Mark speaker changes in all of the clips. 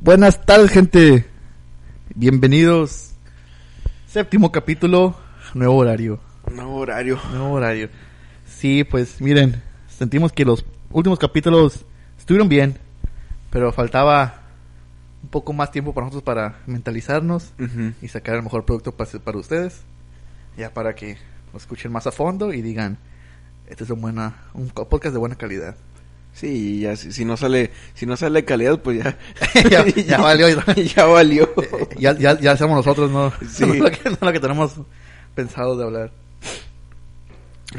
Speaker 1: Buenas tardes, gente. Bienvenidos. Séptimo capítulo, nuevo horario.
Speaker 2: Nuevo horario.
Speaker 1: Nuevo horario. Sí, pues miren, sentimos que los últimos capítulos estuvieron bien, pero faltaba un poco más tiempo para nosotros para mentalizarnos
Speaker 2: Ujú.
Speaker 1: y sacar el mejor producto para, para ustedes. Ya para que lo escuchen más a fondo y digan, este es un, buena, un podcast de buena calidad.
Speaker 2: Sí, ya si, si no sale, si no sale de calidad, pues ya.
Speaker 1: Ya- ya valió.
Speaker 2: ya valió.
Speaker 1: Eh, ya, ya, ya somos nosotros, ¿no?
Speaker 2: Sí.
Speaker 1: No lo, que, no lo que tenemos pensado de hablar.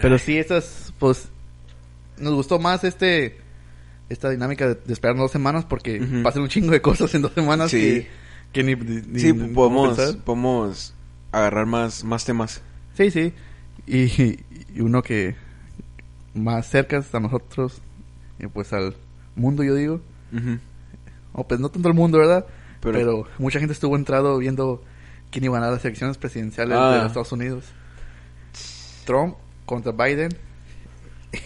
Speaker 1: Pero sí, estas, pues, nos gustó más este esta dinámica de, de esperar dos semanas porque
Speaker 2: Ujú.
Speaker 1: pasan un chingo de cosas en dos semanas
Speaker 2: Sí.
Speaker 1: que, que ni, ni- ni-
Speaker 2: sí,
Speaker 1: ni
Speaker 2: podemos,
Speaker 1: pensar.
Speaker 2: podemos agarrar más, más temas.
Speaker 1: Sí, sí. Y, y uno que más cerca a nosotros, y pues al mundo, yo digo.
Speaker 2: Ujú.
Speaker 1: O pues no tanto al mundo, ¿verdad? Pero,
Speaker 2: Pero-
Speaker 1: mucha gente estuvo entrado viendo quién iban a las elecciones presidenciales
Speaker 2: Ah.
Speaker 1: de los Estados Unidos. Trump contra Biden.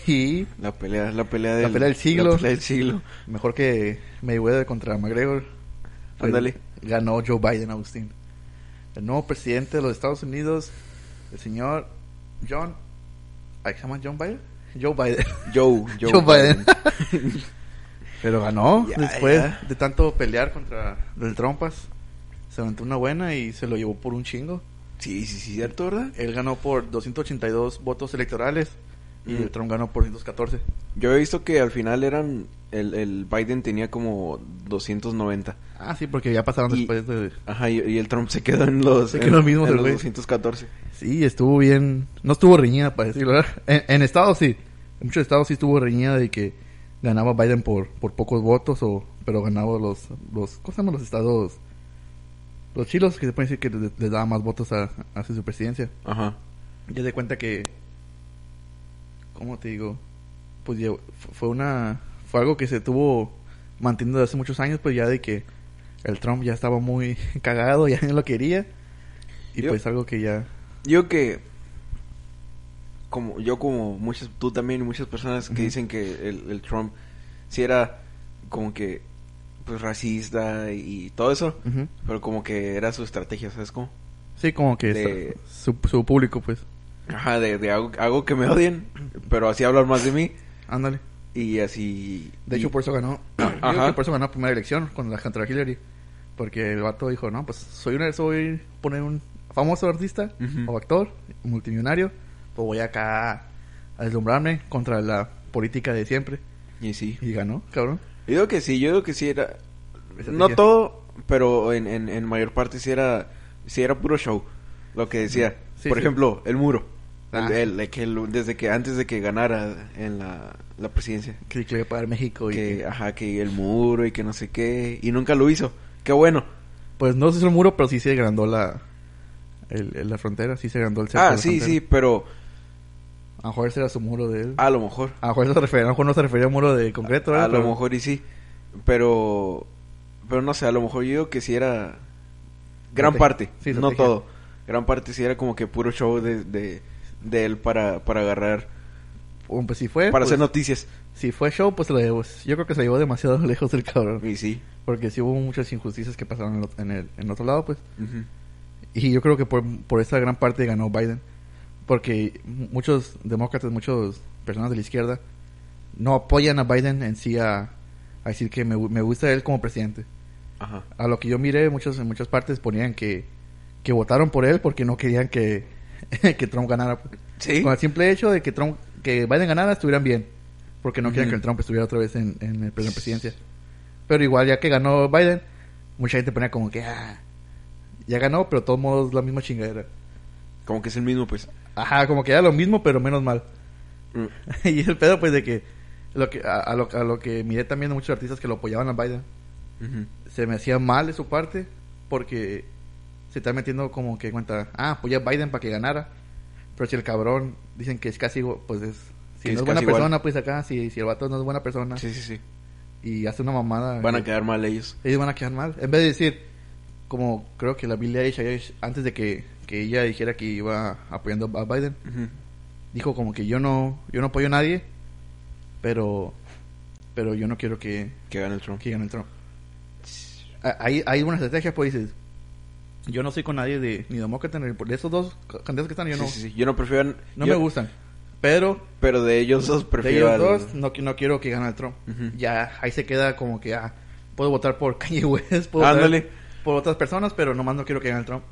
Speaker 1: Y
Speaker 2: La pelea, la pelea
Speaker 1: La
Speaker 2: del,
Speaker 1: pelea del siglo.
Speaker 2: La pelea del siglo.
Speaker 1: mejor que Mayweather contra McGregor. pues,
Speaker 2: Ándale.
Speaker 1: Ganó Joe Biden, Agustín. El nuevo presidente de los Estados Unidos, el señor John... ¿ahí ¿Se llama John Biden? Joe Biden.
Speaker 2: Joe, Joe,
Speaker 1: Joe Biden. Pero ganó
Speaker 2: Ya,
Speaker 1: después
Speaker 2: ya.
Speaker 1: de tanto pelear contra el Trompas. Se aventó una buena y se lo llevó por un chingo.
Speaker 2: Sí, sí, sí, cierto, ¿verdad?
Speaker 1: Él ganó por 282 votos electorales y
Speaker 2: Mm.
Speaker 1: el Trump ganó por 114.
Speaker 2: Yo he visto que al final eran, el, el Biden tenía como 290.
Speaker 1: Ah, sí, porque ya pasaron
Speaker 2: Y-
Speaker 1: después de...
Speaker 2: Ajá, y, y el Trump se quedó en los,
Speaker 1: Se quedó
Speaker 2: en-
Speaker 1: mismo,
Speaker 2: en
Speaker 1: el
Speaker 2: los
Speaker 1: güey.
Speaker 2: 214.
Speaker 1: Sí, estuvo bien. No estuvo reñida, para decirlo. ¿verdad? En, en estados sí. En muchos estados sí estuvo reñida de que ganaba Biden por, por pocos votos, o pero ganaba los, los. ¿Cómo se llaman los estados? Los chilos, que se puede decir que le- les daba más votos a, hacia su presidencia.
Speaker 2: Ajá.
Speaker 1: Ya de cuenta que. ¿Cómo te digo? Pues ya fu- fue una. Fue algo que se tuvo manteniendo desde hace muchos años, pues ya de que el Trump ya estaba muy cagado, ya no lo quería. Y
Speaker 2: Yo-
Speaker 1: pues algo que ya.
Speaker 2: Yo que como yo como muchas tú también y muchas personas que
Speaker 1: Ujú.
Speaker 2: dicen que el, el Trump sí era como que pues racista y todo eso,
Speaker 1: Ujú.
Speaker 2: pero como que era su estrategia, ¿sabes cómo?
Speaker 1: Sí, como que
Speaker 2: De-
Speaker 1: está- su, su público, pues.
Speaker 2: Ajá, de, de hago, hago que me odien, pero así hablar más de mí
Speaker 1: Ándale.
Speaker 2: y así
Speaker 1: De
Speaker 2: y-
Speaker 1: hecho, por eso ganó.
Speaker 2: Ajá.
Speaker 1: Digo que por eso ganó la primera elección con la contra Hillary. Porque el vato dijo, no, pues soy una, soy poner un famoso artista
Speaker 2: Ujú.
Speaker 1: o actor, multimillonario, pues voy acá a deslumbrarme contra la política de siempre.
Speaker 2: y sí.
Speaker 1: Y ganó, cabrón.
Speaker 2: Yo digo que sí, yo digo que sí era no
Speaker 1: Estrategia.
Speaker 2: todo, pero en, en, en mayor parte sí era sí era puro show lo que decía.
Speaker 1: Sí,
Speaker 2: Por
Speaker 1: sí.
Speaker 2: ejemplo, el muro. El-
Speaker 1: Ah.
Speaker 2: el- el que lo- desde que antes de que ganara en la, la presidencia
Speaker 1: Que que iba a pagar México. Y
Speaker 2: que
Speaker 1: que-
Speaker 2: ajá que el muro y que no sé qué y nunca lo hizo. Qué bueno.
Speaker 1: Pues no se hizo el muro, pero sí se agrandó la, el- el- la frontera. Sí se agrandó el cerco de
Speaker 2: Ah,
Speaker 1: la
Speaker 2: sí, sí,
Speaker 1: frontera.
Speaker 2: pero
Speaker 1: A lo mejor ese era su muro de él.
Speaker 2: a lo mejor
Speaker 1: A lo mejor, se refería, a lo mejor no se refería a un muro de concreto,
Speaker 2: Ah, a
Speaker 1: ¿verdad?
Speaker 2: lo
Speaker 1: Pero-
Speaker 2: mejor y sí, pero pero no sé, a lo mejor yo digo que sí era gran
Speaker 1: Estrategia.
Speaker 2: parte,
Speaker 1: Sí,
Speaker 2: no
Speaker 1: estrategia.
Speaker 2: todo. Gran parte sí era como que puro show de, de, de él para, para agarrar,
Speaker 1: Bueno, pues si fue.
Speaker 2: para
Speaker 1: pues,
Speaker 2: hacer noticias.
Speaker 1: Si fue show, pues se lo llevó. Yo creo que se lo llevó demasiado lejos el cabrón.
Speaker 2: Y sí.
Speaker 1: Porque sí hubo muchas injusticias que pasaron en, lo- en el, en otro lado, pues.
Speaker 2: Ujú.
Speaker 1: Y yo creo que por, por esa gran parte ganó Biden. Porque mu- muchos demócratas, muchas personas de la izquierda, no apoyan a Biden en sí a, a decir que me, gu- me gusta él como presidente.
Speaker 2: Ajá.
Speaker 1: A lo que yo miré, muchos, en muchas partes ponían que, que votaron por él porque no querían que, que Trump ganara. pues.
Speaker 2: Sí.
Speaker 1: Con el simple hecho de que Trump, que Biden ganara, estuvieran bien. Porque no querían
Speaker 2: Ujú.
Speaker 1: que el Trump estuviera otra vez en, en el- en la presidencia. Pero igual, ya que ganó Biden, mucha gente ponía como que, ah, ya ganó, pero de todos modos la misma chingadera.
Speaker 2: Como que es el mismo, pues.
Speaker 1: Ajá, como que era lo mismo, pero menos mal.
Speaker 2: Mm.
Speaker 1: y el pedo, pues, de que, lo que a, a lo, a lo que miré también de muchos artistas que lo apoyaban a Biden,
Speaker 2: Ujú.
Speaker 1: se me hacía mal de su parte, porque se está metiendo como que en cuenta, ah, apoya a Biden para que ganara. Pero si el cabrón, dicen que es casi, igual, pues es. Si no
Speaker 2: Que es
Speaker 1: es buena
Speaker 2: casi igual.
Speaker 1: persona, pues acá, si, si el vato no es buena persona
Speaker 2: Sí, sí, sí.
Speaker 1: y hace una mamada.
Speaker 2: Van a
Speaker 1: eh,
Speaker 2: quedar mal ellos.
Speaker 1: ellos van a quedar mal. En vez de decir, como creo que la Billie Eilish había dicho antes de que, que ella dijera que iba apoyando a Biden,
Speaker 2: Ujú.
Speaker 1: dijo como que yo no yo no apoyo a nadie, pero pero yo no quiero que,
Speaker 2: Que gane el Trump.
Speaker 1: que gane Trump. a- Ah, hay, hay una estrategia, pues dices, yo no soy con nadie de ni demócrata ni republicano. De esos dos ca- candidatos que están, yo no,
Speaker 2: Sí, sí, sí. Yo no prefiero...
Speaker 1: no
Speaker 2: yo-
Speaker 1: me gustan. Pero
Speaker 2: Pero de ellos dos
Speaker 1: de
Speaker 2: prefiero
Speaker 1: ellos
Speaker 2: al-
Speaker 1: dos, no, qui- no quiero que gane Trump.
Speaker 2: Ujú.
Speaker 1: Ya ahí se queda como que, ah, puedo votar por Kanye West, puedo
Speaker 2: Ándale.
Speaker 1: votar por otras personas, pero nomás no quiero que gane Trump.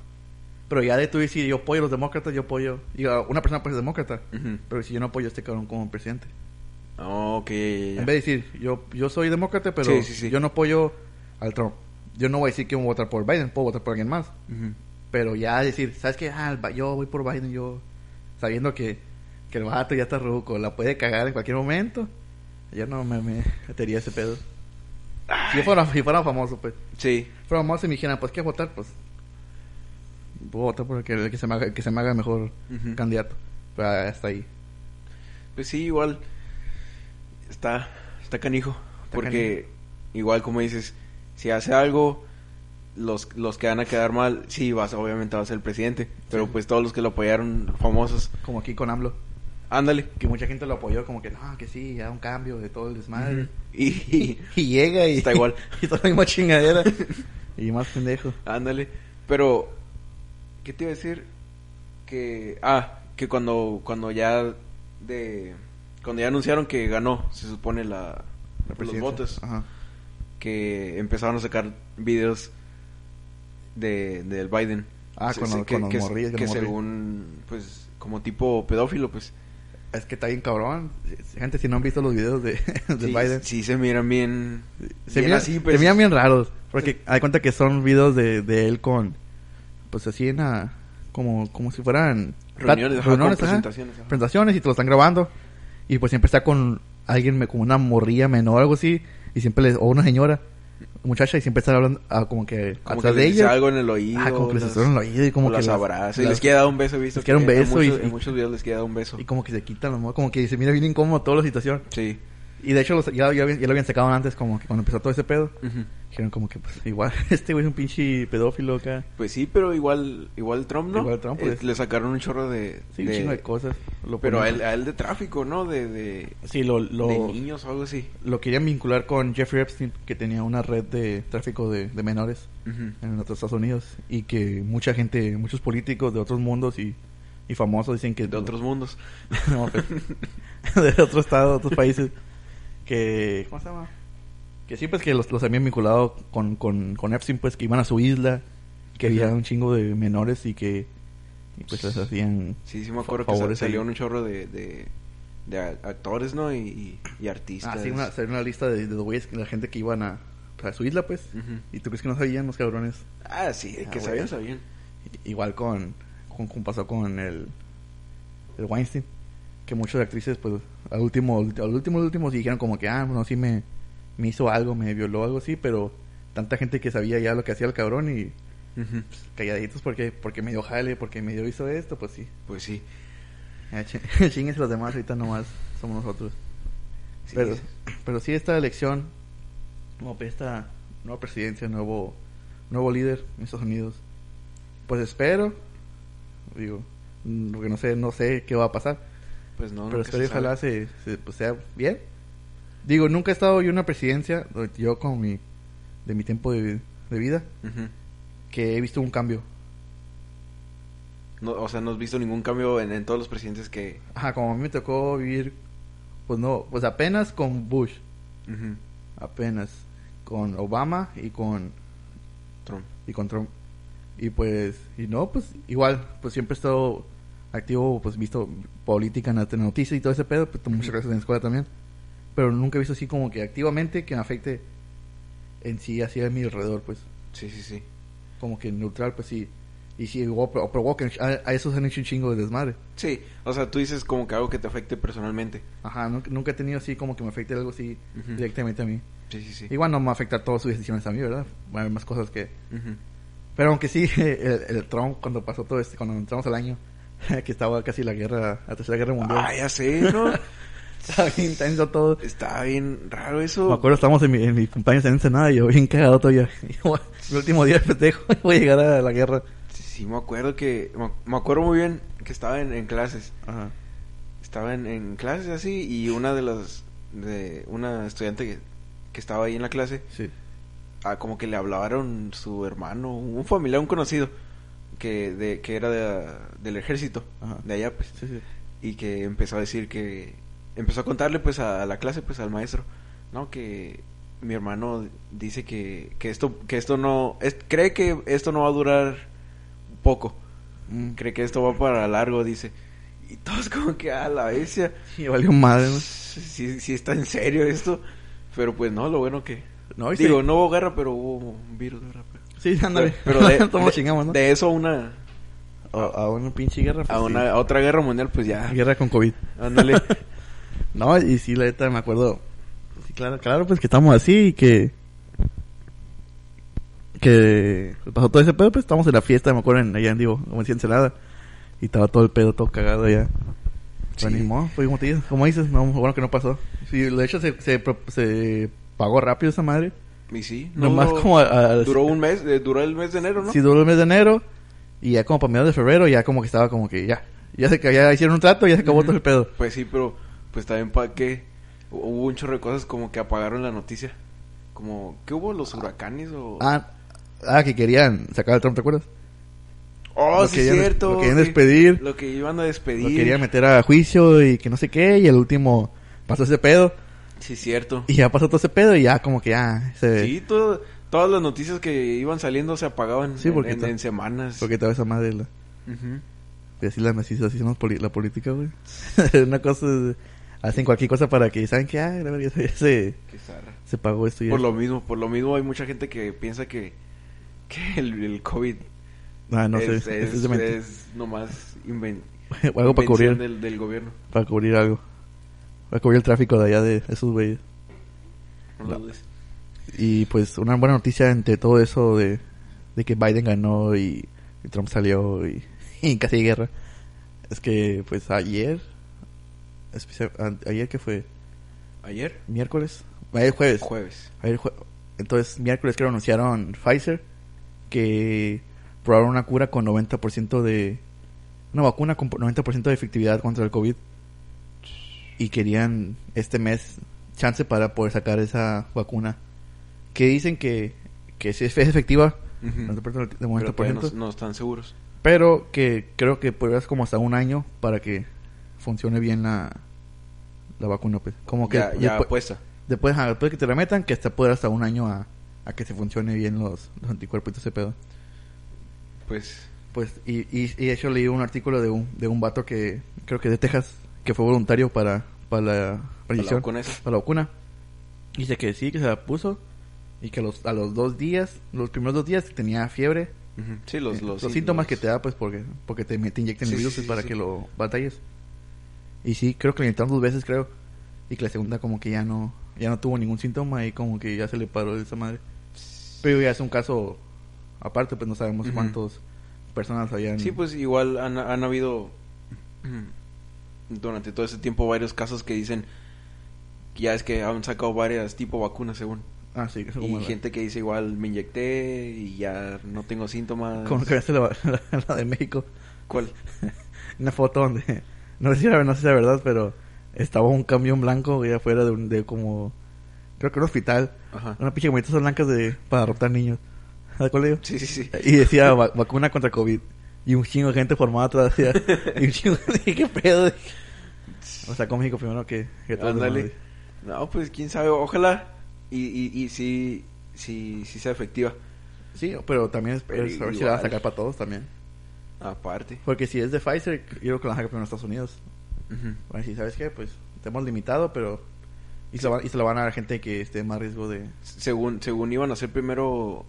Speaker 1: Pero ya de tú decir, yo apoyo a los demócratas, yo apoyo. Y ah, una persona puede ser demócrata,
Speaker 2: Ujú.
Speaker 1: pero si yo no apoyo a este cabrón como presidente.
Speaker 2: Ah, ok, ya, ya,
Speaker 1: En
Speaker 2: ya.
Speaker 1: vez de decir, yo, yo soy demócrata, pero
Speaker 2: Sí, sí, sí.
Speaker 1: yo no apoyo al Trump. Yo no voy a decir que voy a votar por Biden, puedo votar por alguien más.
Speaker 2: Ujú.
Speaker 1: Pero ya decir, ¿sabes qué? Ah, el Bi- yo voy por Biden, yo sabiendo que, que el vato ya está ruco, la puede cagar en cualquier momento. Yo no me, me metería ese pedo. Si yo fuera, si fuera famoso, pues.
Speaker 2: Sí.
Speaker 1: Fuera famoso y me dijeran, pues, ¿qué votar? Pues, puedo votar por el que, el que se me haga, el que se me haga mejor
Speaker 2: Ujú.
Speaker 1: candidato. Pero hasta ahí.
Speaker 2: Pues sí, igual. Está, está canijo. porque igual como dices, si hace algo, los, los que van a quedar mal, sí, vas, obviamente va a ser el presidente. Pero
Speaker 1: Sí.
Speaker 2: pues todos los que lo apoyaron, famosos,
Speaker 1: Como aquí con AMLO.
Speaker 2: ándale.
Speaker 1: Que mucha gente lo apoyó, como que no, que sí, ya un cambio de todo el desmadre.
Speaker 2: Ujú. Y
Speaker 1: Y llega y
Speaker 2: Está igual.
Speaker 1: y está la misma chingadera. y más pendejo.
Speaker 2: ándale. Pero, ¿qué te iba a decir? Que, ah, que cuando, cuando ya de... Cuando ya anunciaron que ganó, se supone la,
Speaker 1: La
Speaker 2: los
Speaker 1: presidencia.
Speaker 2: votos.
Speaker 1: Ajá.
Speaker 2: que empezaron a sacar videos de del Biden.
Speaker 1: Ah,
Speaker 2: Se-
Speaker 1: con
Speaker 2: se-
Speaker 1: los- con los morrillos, con
Speaker 2: que
Speaker 1: los morrillos.
Speaker 2: según pues como tipo pedófilo, pues
Speaker 1: Es que está bien cabrón. Gente, si no han visto los videos de, de
Speaker 2: sí,
Speaker 1: Biden,
Speaker 2: sí se miran bien
Speaker 1: se,
Speaker 2: bien
Speaker 1: miran,
Speaker 2: así,
Speaker 1: se
Speaker 2: pues.
Speaker 1: miran bien raros. Porque hay cuenta que son videos de, de él con. Pues así en la. Como, como si fueran.
Speaker 2: Reuniones,
Speaker 1: plat-
Speaker 2: ajá, con
Speaker 1: ajá,
Speaker 2: presentaciones, ajá.
Speaker 1: presentaciones y te lo están grabando. Y pues siempre está con alguien, me- como una morrilla menor o algo así. Y siempre les. O una señora, muchacha, y siempre está hablando ah, como que.
Speaker 2: como
Speaker 1: atrás
Speaker 2: que
Speaker 1: de
Speaker 2: les dice
Speaker 1: ella.
Speaker 2: algo en el oído.
Speaker 1: Ah, como que les
Speaker 2: las-
Speaker 1: susurran el oído y como
Speaker 2: o
Speaker 1: que
Speaker 2: las
Speaker 1: las-
Speaker 2: abraza y
Speaker 1: las-
Speaker 2: les queda un beso, visto
Speaker 1: les queda un
Speaker 2: que en
Speaker 1: beso
Speaker 2: muchos-
Speaker 1: y-
Speaker 2: en muchos videos les queda un beso.
Speaker 1: Y como que se quitan los mo- como que se mira bien incómodo toda la situación.
Speaker 2: Sí.
Speaker 1: Y de hecho los- ya, ya, habían- ya lo habían sacado antes, como que cuando empezó todo ese pedo.
Speaker 2: Ujú.
Speaker 1: Dijeron como que pues igual, este güey es un pinche pedófilo acá.
Speaker 2: Pues sí, pero igual igual Trump no
Speaker 1: Igual Trump,
Speaker 2: Eh,
Speaker 1: pues.
Speaker 2: le sacaron un chorro de,
Speaker 1: Sí, un
Speaker 2: de-
Speaker 1: chingo de cosas. Lo
Speaker 2: pero a
Speaker 1: ponían-
Speaker 2: él, a él de tráfico, ¿no? De de,
Speaker 1: Sí, lo, lo,
Speaker 2: de niños o algo así.
Speaker 1: lo querían vincular con Jeffrey Epstein, que tenía una red de tráfico de, de menores
Speaker 2: Ujú.
Speaker 1: en otros Estados Unidos. Y que mucha gente, muchos políticos de otros mundos y, y famosos dicen que...
Speaker 2: De otros mundos.
Speaker 1: No, pues, de otro estado, de otros países. Que. ¿Cómo se llama? Que sí, pues que los, los habían vinculado con, con, con Epstein, pues que iban a su isla, que había
Speaker 2: Ujú.
Speaker 1: un chingo de menores y que. Y pues les hacían.
Speaker 2: Sí, sí me
Speaker 1: Fa-
Speaker 2: acuerdo que
Speaker 1: favores
Speaker 2: sa- salió
Speaker 1: ahí.
Speaker 2: un chorro de, de, de a- actores, ¿no? Y, y, y artistas.
Speaker 1: Ah, sí, una, salió una lista de, de los güeyes, la gente que iban a, a su isla, pues.
Speaker 2: Ujú.
Speaker 1: ¿Y tú crees que no sabían los cabrones?
Speaker 2: Ah, sí, de
Speaker 1: Ah,
Speaker 2: que
Speaker 1: güey.
Speaker 2: sabían, sabían.
Speaker 1: Igual con, con, con pasó con el, el Weinstein, que muchas actrices, pues, al último, al último, al último, sí dijeron como que, ah, no, sí me, me hizo algo, me violó, algo así, pero tanta gente que sabía ya lo que hacía el cabrón y
Speaker 2: Ujú.
Speaker 1: pues, calladitos porque, porque me dio jale, porque me dio hizo esto, pues sí.
Speaker 2: Pues sí.
Speaker 1: Ya, chi- Chinguense los demás, ahorita nomás somos nosotros.
Speaker 2: sí.
Speaker 1: Pero, pero sí, esta elección, como que esta nueva presidencia, nuevo, nuevo líder en Estados Unidos, pues espero, digo, mm, porque no sé, no sé qué va a pasar,
Speaker 2: pues no,
Speaker 1: pero
Speaker 2: nunca
Speaker 1: espero y
Speaker 2: se sabe.
Speaker 1: ojalá se, se, pues, sea bien. Digo, nunca he estado yo en una presidencia, do- yo con mi, de mi tiempo de, de vida,
Speaker 2: Ujú.
Speaker 1: que he visto un cambio.
Speaker 2: No, o sea, no has visto ningún cambio en, en todos los presidentes que...
Speaker 1: Ajá, como a mí me tocó vivir, pues no, pues apenas con Bush,
Speaker 2: Ujú.
Speaker 1: apenas con Obama y con
Speaker 2: Trump.
Speaker 1: y con Trump. Y pues, y no, pues igual, pues siempre he estado activo, pues visto política en la en noticias y todo ese pedo, pues muchas gracias en la escuela también. Pero nunca he visto así como que activamente que me afecte en sí, así a mi alrededor, pues
Speaker 2: Sí, sí, sí. como
Speaker 1: como que neutral, pues sí. Y sí, hubo- pero, pero hubo que- a, a esos han hecho un chingo de desmadre.
Speaker 2: Sí, o sea, tú dices como que algo que te afecte personalmente.
Speaker 1: Ajá, nunca, nunca he tenido así como que me afecte algo así
Speaker 2: Ujú.
Speaker 1: directamente a mí.
Speaker 2: Sí, sí, sí.
Speaker 1: Igual no me va a afectar todas sus decisiones a mí, ¿verdad? Va a haber más cosas que,
Speaker 2: Ujú.
Speaker 1: Pero aunque sí, el, el Trump, cuando pasó todo este, cuando entramos al año, que estaba casi la guerra, la tercera guerra mundial,
Speaker 2: Ah, ya sé, ¿no?
Speaker 1: estaba bien intenso todo.
Speaker 2: Está bien raro eso.
Speaker 1: Me acuerdo, estábamos en mi, en mi cumpleaños en Ensenada y yo bien cagado todavía. Y yo, Mi último día de festejo, voy a llegar a la guerra.
Speaker 2: Sí, me acuerdo que... Me, me acuerdo muy bien que estaba en- en clases.
Speaker 1: Ajá.
Speaker 2: estaba en, en clases así y una de las de una estudiante que, que estaba ahí en la clase
Speaker 1: Sí.
Speaker 2: ah, como que le hablaron su hermano, un familiar, un conocido, que, de, que era de- del ejército,
Speaker 1: Ajá.
Speaker 2: de allá, pues.
Speaker 1: Sí, sí.
Speaker 2: y que empezó a decir que empezó a contarle pues a, la clase pues al maestro no que mi hermano dice que, que esto que esto no es- cree que esto no va a durar poco
Speaker 1: Mm.
Speaker 2: cree que esto va para largo dice y todos como que a la bestia
Speaker 1: Y valió madre, ¿no?
Speaker 2: si, si está en serio esto pero pues no lo bueno que
Speaker 1: No, y
Speaker 2: digo
Speaker 1: sí.
Speaker 2: no hubo guerra pero hubo un virus ¿verdad?
Speaker 1: Sí, ándale.
Speaker 2: pero de,
Speaker 1: Todos
Speaker 2: de-
Speaker 1: chingamos, ¿no?
Speaker 2: de eso a una
Speaker 1: a, a una pinche guerra. pues,
Speaker 2: a una
Speaker 1: sí.
Speaker 2: a otra guerra mundial pues ya
Speaker 1: Guerra con COVID.
Speaker 2: ándale
Speaker 1: No, y sí, la neta, me acuerdo. Sí, claro, claro, pues que estamos así y que. Que pasó todo ese pedo, pues estamos en la fiesta, me acuerdo, en, allá en Digo, como decía Ensenada. Y estaba todo el pedo, todo cagado allá.
Speaker 2: Sí.
Speaker 1: Pero ni modo, pues como, te dices, como dices, no, bueno que no pasó. Sí, de hecho se, se, pro- se pagó rápido esa madre.
Speaker 2: Y sí,
Speaker 1: Nomás
Speaker 2: duró-
Speaker 1: como a- a-
Speaker 2: duró un mes, eh, duró el mes de enero, ¿no?
Speaker 1: Sí, duró el mes de enero. Y ya como para mediados de febrero, ya como que estaba como que ya. Ya, se, ca- ya hicieron un trato, ya se acabó
Speaker 2: Ujú.
Speaker 1: todo el pedo.
Speaker 2: Pues sí, pero pues también para que hubo un chorro de cosas como que apagaron la noticia. Como que hubo los huracanes o
Speaker 1: Ah, ah, que querían sacar el Trump, ¿te acuerdas?
Speaker 2: Oh,
Speaker 1: lo
Speaker 2: sí
Speaker 1: querían-
Speaker 2: cierto.
Speaker 1: lo querían
Speaker 2: sí,
Speaker 1: despedir.
Speaker 2: Lo que iban a despedir.
Speaker 1: Lo querían meter a juicio y que no sé qué. Y el último pasó ese pedo.
Speaker 2: Sí, cierto.
Speaker 1: Y ya pasó todo ese pedo y ya como que ya se...
Speaker 2: Sí, todo- todas las noticias que iban saliendo se apagaban
Speaker 1: Sí,
Speaker 2: en-
Speaker 1: porque
Speaker 2: en,
Speaker 1: ta-
Speaker 2: en semanas.
Speaker 1: Porque toda esa madre... La...
Speaker 2: Ujú.
Speaker 1: Y así, la, así, así hacemos poli- la política, güey. Una cosa... Hacen cualquier cosa para que... ¿Saben qué? Ah, la verga, ya se,
Speaker 2: Qué zarra.
Speaker 1: se pagó esto y ya.
Speaker 2: Por lo mismo, por lo mismo hay mucha gente que piensa que, que el, el COVID
Speaker 1: Ah, no
Speaker 2: es,
Speaker 1: sé.
Speaker 2: es-
Speaker 1: es de mente.
Speaker 2: es nomás inven-
Speaker 1: O algo para
Speaker 2: invención
Speaker 1: cubrir,
Speaker 2: del, del gobierno.
Speaker 1: para cubrir algo. Para cubrir el tráfico de allá de esos güeyes.
Speaker 2: No lo dudes.
Speaker 1: Y pues una buena noticia entre todo eso de, de que Biden ganó y, y Trump salió y, y casi hay guerra. Es que pues ayer, especia- an- ayer que fue
Speaker 2: ¿Ayer?
Speaker 1: miércoles, ayer jueves,
Speaker 2: Jueves.
Speaker 1: ayer jue- entonces miércoles creo anunciaron Pfizer que probaron una cura con 90% de, una vacuna con 90% de efectividad contra el COVID y querían este mes chance para poder sacar esa vacuna que dicen que, que sí es efectiva
Speaker 2: Ujú.
Speaker 1: 90% de
Speaker 2: Mm. Pero todavía no,
Speaker 1: 90%,
Speaker 2: no están seguros.
Speaker 1: pero que creo que podrías como hasta un año para que funcione bien la, la vacuna pues como que
Speaker 2: ya ya
Speaker 1: después,
Speaker 2: apuesta.
Speaker 1: después, ajá, después que te la metan que hasta puede hasta un año a, a que se funcione bien los, los anticuerpos y todo ese pedo
Speaker 2: Pues,
Speaker 1: Pues, y, y, y de hecho leí un artículo de un, de un vato que, creo que de Texas, que fue voluntario para, para la
Speaker 2: para la
Speaker 1: inyección,
Speaker 2: vacuna esa.
Speaker 1: para la vacuna. Dice que sí, que se la puso y que a los, a los dos días, los primeros dos días, tenía fiebre.
Speaker 2: Ujú. Sí, los,
Speaker 1: Eh,
Speaker 2: los, sí,
Speaker 1: síntomas
Speaker 2: los-
Speaker 1: que te da, pues, porque, porque te, te inyectan
Speaker 2: Sí,
Speaker 1: el virus
Speaker 2: sí, sí,
Speaker 1: para
Speaker 2: sí.
Speaker 1: que lo batalles. Y sí, creo que le inyectaron dos veces, creo. Y que la segunda como que ya no, ya no tuvo ningún síntoma y como que ya se le paró esa madre. Pero ya es un caso aparte, pues no sabemos
Speaker 2: Ujú.
Speaker 1: cuántas personas habían...
Speaker 2: Sí, pues igual han, han habido mm, durante todo ese tiempo varios casos que dicen ya es que han sacado varias tipo vacunas según.
Speaker 1: Ah, sí, eso como
Speaker 2: Y
Speaker 1: la-
Speaker 2: gente que dice igual me inyecté y ya no tengo síntomas.
Speaker 1: Como que hace la, la, la de México.
Speaker 2: ¿Cuál?
Speaker 1: Una foto donde. No sé si era, no sé si era verdad, pero estaba un camión blanco y afuera de, un, de como. Creo que un hospital.
Speaker 2: Ajá.
Speaker 1: Una pinche gomitas blancas de, para adoptar niños. ¿Sabes cuál digo?
Speaker 2: Sí, sí, sí.
Speaker 1: Y decía va- vacuna contra COVID. Y un chingo de gente formada atrás. decía, y un chingo de. ¿Qué pedo? O sea, con México primero que, que todos los
Speaker 2: Ándale.
Speaker 1: demás.
Speaker 2: No, pues quién sabe, ojalá y, y, y sí, sí, sí sea efectiva.
Speaker 1: Sí, pero también es,
Speaker 2: Pero
Speaker 1: es a ver si la van a
Speaker 2: igual.
Speaker 1: sacar para todos también.
Speaker 2: Aparte.
Speaker 1: Porque si es de Pfizer, yo creo que la van a sacar primero en Estados Unidos.
Speaker 2: Ujú.
Speaker 1: Bueno, sí, ¿sabes qué? Pues te hemos limitado, pero... Y se, lo van, y se lo van a dar a gente que esté más riesgo de...
Speaker 2: Según, según iban a ser primero,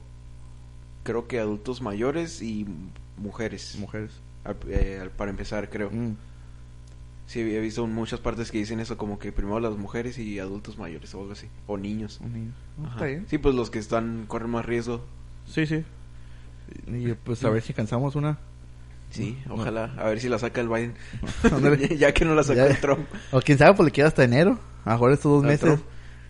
Speaker 2: creo que adultos mayores y m- mujeres.
Speaker 1: mujeres.
Speaker 2: al- eh, al- para empezar, creo.
Speaker 1: Mm.
Speaker 2: Sí, he visto en muchas partes que dicen eso, como que primero las mujeres y adultos mayores o algo así. O niños.
Speaker 1: Un niño.
Speaker 2: Ajá.
Speaker 1: Mm, Está bien.
Speaker 2: Sí, pues los que están corren más riesgo.
Speaker 1: Sí, sí. Y pues a ver si cansamos una.
Speaker 2: Sí,
Speaker 1: No.
Speaker 2: ojalá. A ver si la saca el Biden.
Speaker 1: Ándale.
Speaker 2: ya que no la sacó
Speaker 1: Ya.
Speaker 2: el Trump.
Speaker 1: O quién sabe, pues le queda hasta enero. A lo mejor estos dos
Speaker 2: Al
Speaker 1: meses.
Speaker 2: Trump.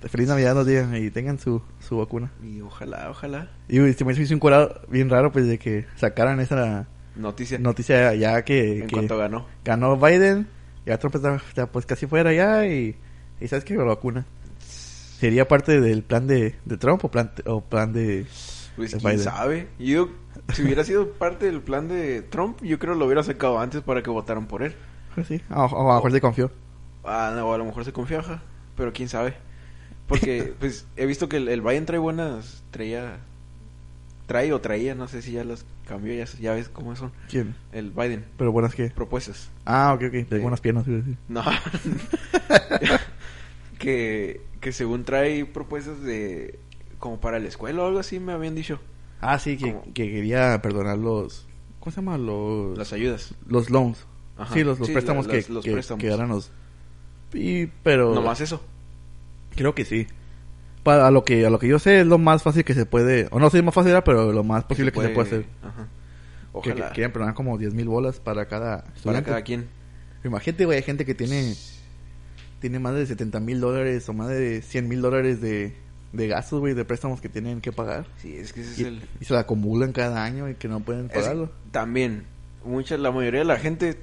Speaker 1: De Feliz Navidad nos digan y tengan su, su vacuna.
Speaker 2: Y ojalá, ojalá.
Speaker 1: Y güey, se me hizo un curado bien raro pues de que sacaran esa
Speaker 2: Noticia.
Speaker 1: noticia ya que,
Speaker 2: en
Speaker 1: que
Speaker 2: cuanto ganó.
Speaker 1: ganó Biden. Ya Trump está, está, pues casi fuera ya y, y sabes que la vacuna. ¿Sería parte del plan de, de Trump o plan, o plan de,
Speaker 2: Pues
Speaker 1: de
Speaker 2: quién
Speaker 1: Biden?
Speaker 2: sabe. Yo, si hubiera sido parte del plan de Trump, yo creo lo hubiera sacado antes para que votaran por él.
Speaker 1: Pues sí, a, a- a lo mejor se confió.
Speaker 2: Ah, no, a lo mejor se confía, ajá, pero quién sabe. Porque, pues, he visto que el, el Bayern trae buenas, traía, trae o traía, no sé si ya las cambió, ya, ya ves cómo son.
Speaker 1: ¿Quién?
Speaker 2: El Biden,
Speaker 1: Pero buenas que...
Speaker 2: propuestas.
Speaker 1: Ah, ok, ok. De
Speaker 2: Sí.
Speaker 1: buenas piernas. iba a decir.
Speaker 2: No. que, que según trae propuestas de, como para la escuela o algo así, me habían dicho.
Speaker 1: Ah, sí, que,
Speaker 2: ¿Cómo?
Speaker 1: que quería perdonar los... ¿Cómo se llama? Los...
Speaker 2: Las ayudas.
Speaker 1: Los loans.
Speaker 2: Ajá.
Speaker 1: Sí, los, los
Speaker 2: Sí,
Speaker 1: préstamos
Speaker 2: la- las-
Speaker 1: que,
Speaker 2: los
Speaker 1: que,
Speaker 2: préstamos.
Speaker 1: que eran los... Y, pero...
Speaker 2: Nomás eso.
Speaker 1: Creo que sí. Para lo que, a lo que yo sé es lo más fácil que se puede... O no sé si más fácil era, pero lo más posible que se puede hacer.
Speaker 2: Ajá.
Speaker 1: Que,
Speaker 2: Ojalá.
Speaker 1: que querían perdonar como 10 mil bolas para cada
Speaker 2: para
Speaker 1: estudiante.
Speaker 2: cada quien.
Speaker 1: Imagínate, güey, hay gente que tiene... Tiene más de 70 mil dólares o más de 100 mil dólares de, de gastos, güey, de préstamos que tienen que pagar.
Speaker 2: Sí, es que ese es
Speaker 1: Y,
Speaker 2: el...
Speaker 1: y se la acumulan cada año y que no pueden
Speaker 2: Es-
Speaker 1: pagarlo.
Speaker 2: también, mucha, la mayoría de la gente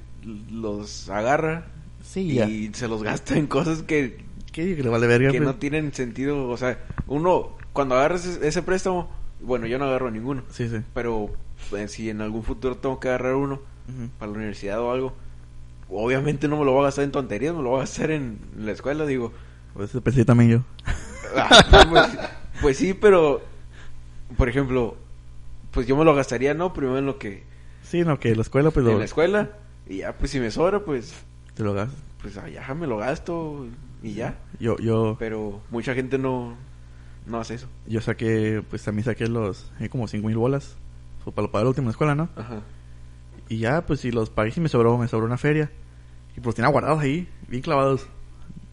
Speaker 2: los agarra
Speaker 1: Sí,
Speaker 2: y,
Speaker 1: ya.
Speaker 2: se los gasta en cosas que,
Speaker 1: ¿Qué? Que le vale verga.
Speaker 2: que
Speaker 1: güey.
Speaker 2: no tienen sentido. O sea, uno, cuando agarras es- ese préstamo, bueno, yo no agarro ninguno,
Speaker 1: Sí, sí.
Speaker 2: pero eh, si en algún futuro tengo que agarrar uno
Speaker 1: Ujú.
Speaker 2: para la universidad o algo, obviamente no me lo voy a gastar en tonterías, me lo voy a gastar en la escuela, digo.
Speaker 1: Por eso pensé también yo.
Speaker 2: Ah, pues, pues sí, pero, por ejemplo, pues yo me lo gastaría, ¿no? Primero en lo que...
Speaker 1: Sí, no, que la escuela, pues
Speaker 2: En
Speaker 1: lo,
Speaker 2: la escuela, y ya, pues si me sobra, pues
Speaker 1: te lo gastas.
Speaker 2: pues ah, ya me lo gasto y ya.
Speaker 1: Yo, yo,
Speaker 2: Pero mucha gente no, no hace eso.
Speaker 1: yo saqué, pues también saqué los, eh, como cinco mil bolas. fue Para lo pagar la última escuela, ¿no?
Speaker 2: Ajá.
Speaker 1: Y ya, pues si los pagué, sí me sobró, me sobró una feria. Y pues los tenía guardados ahí, bien clavados.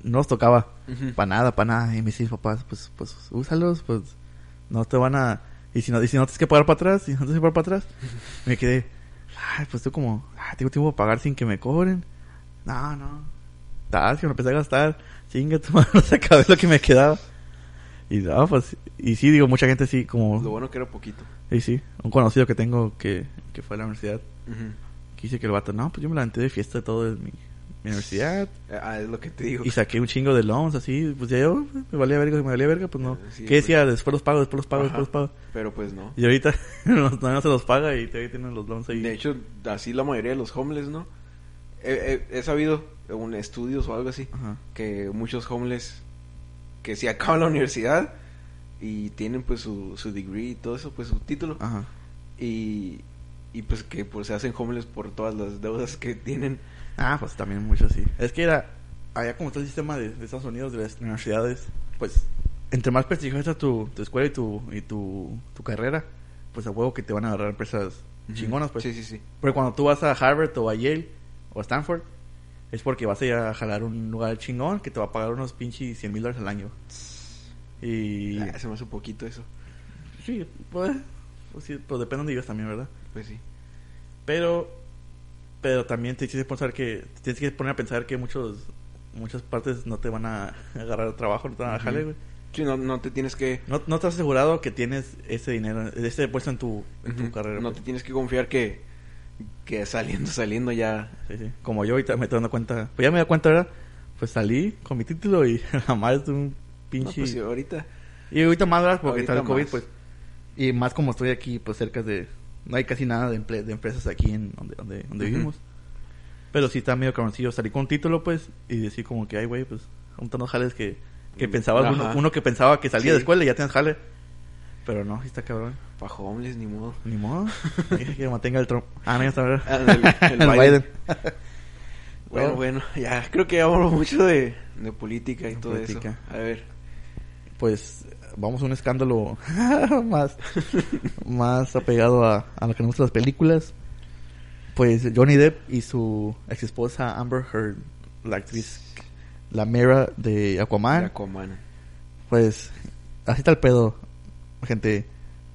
Speaker 1: No los tocaba.
Speaker 2: Ujú.
Speaker 1: Para nada, para nada. Y me decían, papás, pues, pues, úsalos, pues, no te van a... Y si no, y si no tienes que pagar para atrás, y no tienes que pagar para atrás, me quedé, ay, pues tú como, ah, tengo tiempo para pagar sin que me cobren. No, no. Tal, que me empecé a gastar, chinga tu madre, no se acabé lo que me quedaba. Y no, pues, y sí, digo, mucha gente sí,
Speaker 2: Lo
Speaker 1: como,
Speaker 2: bueno que era poquito.
Speaker 1: y sí, un conocido que tengo que, que fue a la universidad,
Speaker 2: Ujú.
Speaker 1: que dice que el vato, no, pues yo me levanté de fiesta todo en mi, mi universidad,
Speaker 2: Ah, es lo que te digo.
Speaker 1: y saqué un chingo de loans así, pues ya yo me valía verga, me valía verga, pues no.
Speaker 2: Sí,
Speaker 1: ¿Qué
Speaker 2: pues.
Speaker 1: decía? Después los pago, después los pago,
Speaker 2: Ajá.
Speaker 1: después los pago.
Speaker 2: Pero pues no.
Speaker 1: Y ahorita no, no se los paga y todavía tienen los loans ahí.
Speaker 2: De hecho, así la mayoría de los homeless, ¿no? He, he- he sabido, en estudios o algo así,
Speaker 1: Ajá.
Speaker 2: que muchos homeless que si acaban la universidad y tienen pues su, su degree y todo eso, pues su título.
Speaker 1: Ajá.
Speaker 2: Y, y pues que pues se hacen homeless por todas las deudas que tienen.
Speaker 1: Ah, pues también mucho así. Es que era, allá como está el sistema de, de Estados Unidos, de las universidades, pues entre más prestigiosa tu, tu escuela y tu, y tu, tu carrera, pues a huevo que te van a agarrar empresas chingonas, pues.
Speaker 2: Sí, sí, sí.
Speaker 1: Pero cuando tú vas a Harvard o a Yale o a Stanford, es porque vas a ir a jalar un lugar chingón que te va a pagar unos pinches 100 mil dólares al año. Y.
Speaker 2: Ah, se me hace un poquito eso.
Speaker 1: Sí, pues. Pues, sí, pues depende de ellos también, ¿verdad?
Speaker 2: Pues sí.
Speaker 1: Pero. Pero también te tienes que pensar que. te Tienes que poner a pensar que muchos. Muchas partes no te van a agarrar trabajo, no te van a
Speaker 2: Ujú.
Speaker 1: jalar, güey.
Speaker 2: Sí, no, no te tienes que...
Speaker 1: No, no estás asegurado que tienes ese dinero, ese puesto en tu, en tu
Speaker 2: Ujú.
Speaker 1: carrera.
Speaker 2: No
Speaker 1: pues.
Speaker 2: te tienes que confiar que, que saliendo, saliendo ya...
Speaker 1: Sí, sí. Como yo ahorita me estoy dando cuenta. Pues ya me da cuenta ahora. Pues salí con mi título y jamás de un
Speaker 2: No,
Speaker 1: pinche.
Speaker 2: pues sí, ahorita...
Speaker 1: Y ahorita más ¿verdad? porque está el
Speaker 2: Ahorita
Speaker 1: COVID,
Speaker 2: más.
Speaker 1: pues. Y más como estoy aquí, pues cerca de. No hay casi nada de, emple- de empresas aquí en donde, donde, donde
Speaker 2: Ujú.
Speaker 1: vivimos. Pero sí está medio cabroncillo. Salí con un título, pues. Y decir, como que, ay, güey, pues. Un tono jales que, que pensabas.
Speaker 2: Mm, Ajá.
Speaker 1: Uno, uno que pensaba que salía de
Speaker 2: Sí.
Speaker 1: escuela y ya tienes jale. Pero no, sí está cabrón.
Speaker 2: Pa' homeless, ni modo.
Speaker 1: Ni modo. que que mantenga el Trump. Ah, no, ya está, ¿verdad?
Speaker 2: Ah, el- el
Speaker 1: El
Speaker 2: Biden.
Speaker 1: Biden.
Speaker 2: Bueno,
Speaker 1: No.
Speaker 2: bueno, ya. Creo que ya hablamos mucho de, de política y
Speaker 1: De
Speaker 2: todo
Speaker 1: política.
Speaker 2: eso. A ver.
Speaker 1: pues vamos a un escándalo más, más apegado a, a lo que nos gustan las películas. Pues Johnny Depp y su ex esposa Amber Heard, la actriz La Mera de Aquaman,
Speaker 2: de Aquaman.
Speaker 1: pues así está el pedo, gente.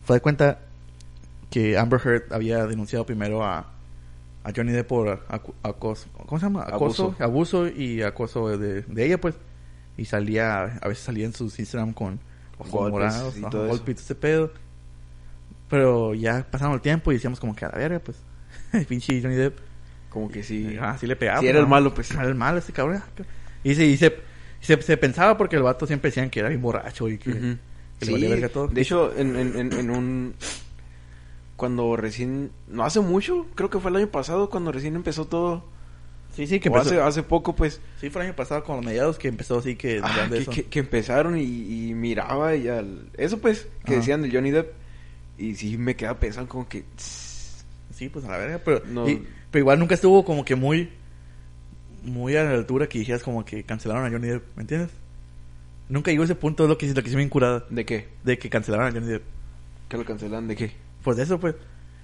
Speaker 1: Fue de cuenta que Amber Heard había denunciado primero a, a Johnny Depp por acu- acoso, ¿cómo se llama? Acoso, abuso, y acoso de, de ella, pues. Y salía, a veces salía en sus Instagram con ojos
Speaker 2: Golpes
Speaker 1: morados,
Speaker 2: y
Speaker 1: ajá,
Speaker 2: todo eso.
Speaker 1: golpes y todo ese pedo. Pero ya pasaron el tiempo y decíamos como que a la verga, pues. El pinche Johnny Depp
Speaker 2: Como que sí.
Speaker 1: ah, sí le pegaba.
Speaker 2: Sí, era el
Speaker 1: ¿no?
Speaker 2: malo, pues.
Speaker 1: Era el malo ese cabrón. Y se, y se, Se, se pensaba porque el vato siempre decían que era bien borracho y que,
Speaker 2: Ujú.
Speaker 1: que le
Speaker 2: Sí,
Speaker 1: valía verga todo.
Speaker 2: de hecho, en, en- en- en un... Cuando recién... No hace mucho, creo que fue el año pasado cuando recién empezó todo.
Speaker 1: sí, sí, que
Speaker 2: o
Speaker 1: empezó.
Speaker 2: hace, hace poco, pues,
Speaker 1: Sí, fue el año pasado con los mediados que empezó así que...
Speaker 2: ah,
Speaker 1: decían de
Speaker 2: que,
Speaker 1: eso.
Speaker 2: que- que empezaron y, y miraba y al... Eso, pues, que
Speaker 1: Ajá.
Speaker 2: decían del Johnny Depp. Y sí me queda pensando como que... tss,
Speaker 1: Sí, pues a la verga, pero,
Speaker 2: No.
Speaker 1: y- pero igual nunca estuvo como que muy muy a la altura que dijeras como que cancelaron a Johnny Depp, ¿me entiendes? Nunca llegó a ese punto, es lo que, lo que sí me incurada,
Speaker 2: ¿De qué?
Speaker 1: de que cancelaron a Johnny Depp.
Speaker 2: ¿Que lo cancelan? ¿De qué?
Speaker 1: Pues de eso, pues,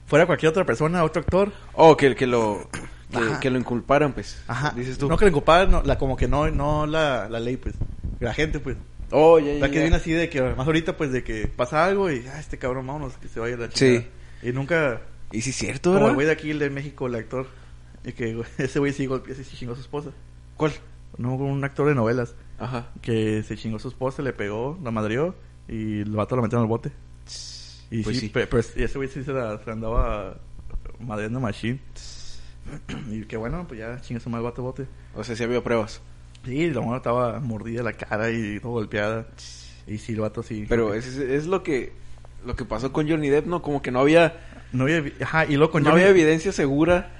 Speaker 1: fuera cualquier otra persona, otro actor,
Speaker 2: Oh, que, que lo... Que,
Speaker 1: Ajá.
Speaker 2: que lo inculparan, pues.
Speaker 1: ajá,
Speaker 2: Dices tú.
Speaker 1: no que le ocuparan, no, la, como que no, no la, la ley, pues, la gente, pues.
Speaker 2: Oh, ya, ya,
Speaker 1: La que
Speaker 2: ya.
Speaker 1: viene así de que, más ahorita, pues, de que pasa algo y, ah, este cabrón, vámonos, que se vaya la chica.
Speaker 2: Sí.
Speaker 1: Y nunca,
Speaker 2: Y sí es cierto,
Speaker 1: como el
Speaker 2: ¿verdad?
Speaker 1: güey de aquí, el de México, el actor, y que güey, ese güey sí golpeó, sí chingó a su esposa.
Speaker 2: ¿Cuál?
Speaker 1: No, un actor de novelas
Speaker 2: Ajá.
Speaker 1: que se chingó su esposa, le pegó, la madrió y el vato lo metió en el bote.
Speaker 2: Tss,
Speaker 1: Y
Speaker 2: pues
Speaker 1: sí,
Speaker 2: sí.
Speaker 1: pe- pero es- y ese güey sí se, la- se andaba madriando machine.
Speaker 2: Tss.
Speaker 1: Y que bueno, pues ya chingó su mal vato bote.
Speaker 2: O sea, sí había pruebas.
Speaker 1: Sí, la mano estaba mordida la cara y todo golpeada. Y sí, el vato sí.
Speaker 2: Pero es, es- es lo que lo que pasó con Johnny Depp, ¿no? Como que no había,
Speaker 1: No había, evi- ajá, y luego con
Speaker 2: no
Speaker 1: Johnny-
Speaker 2: había evidencia segura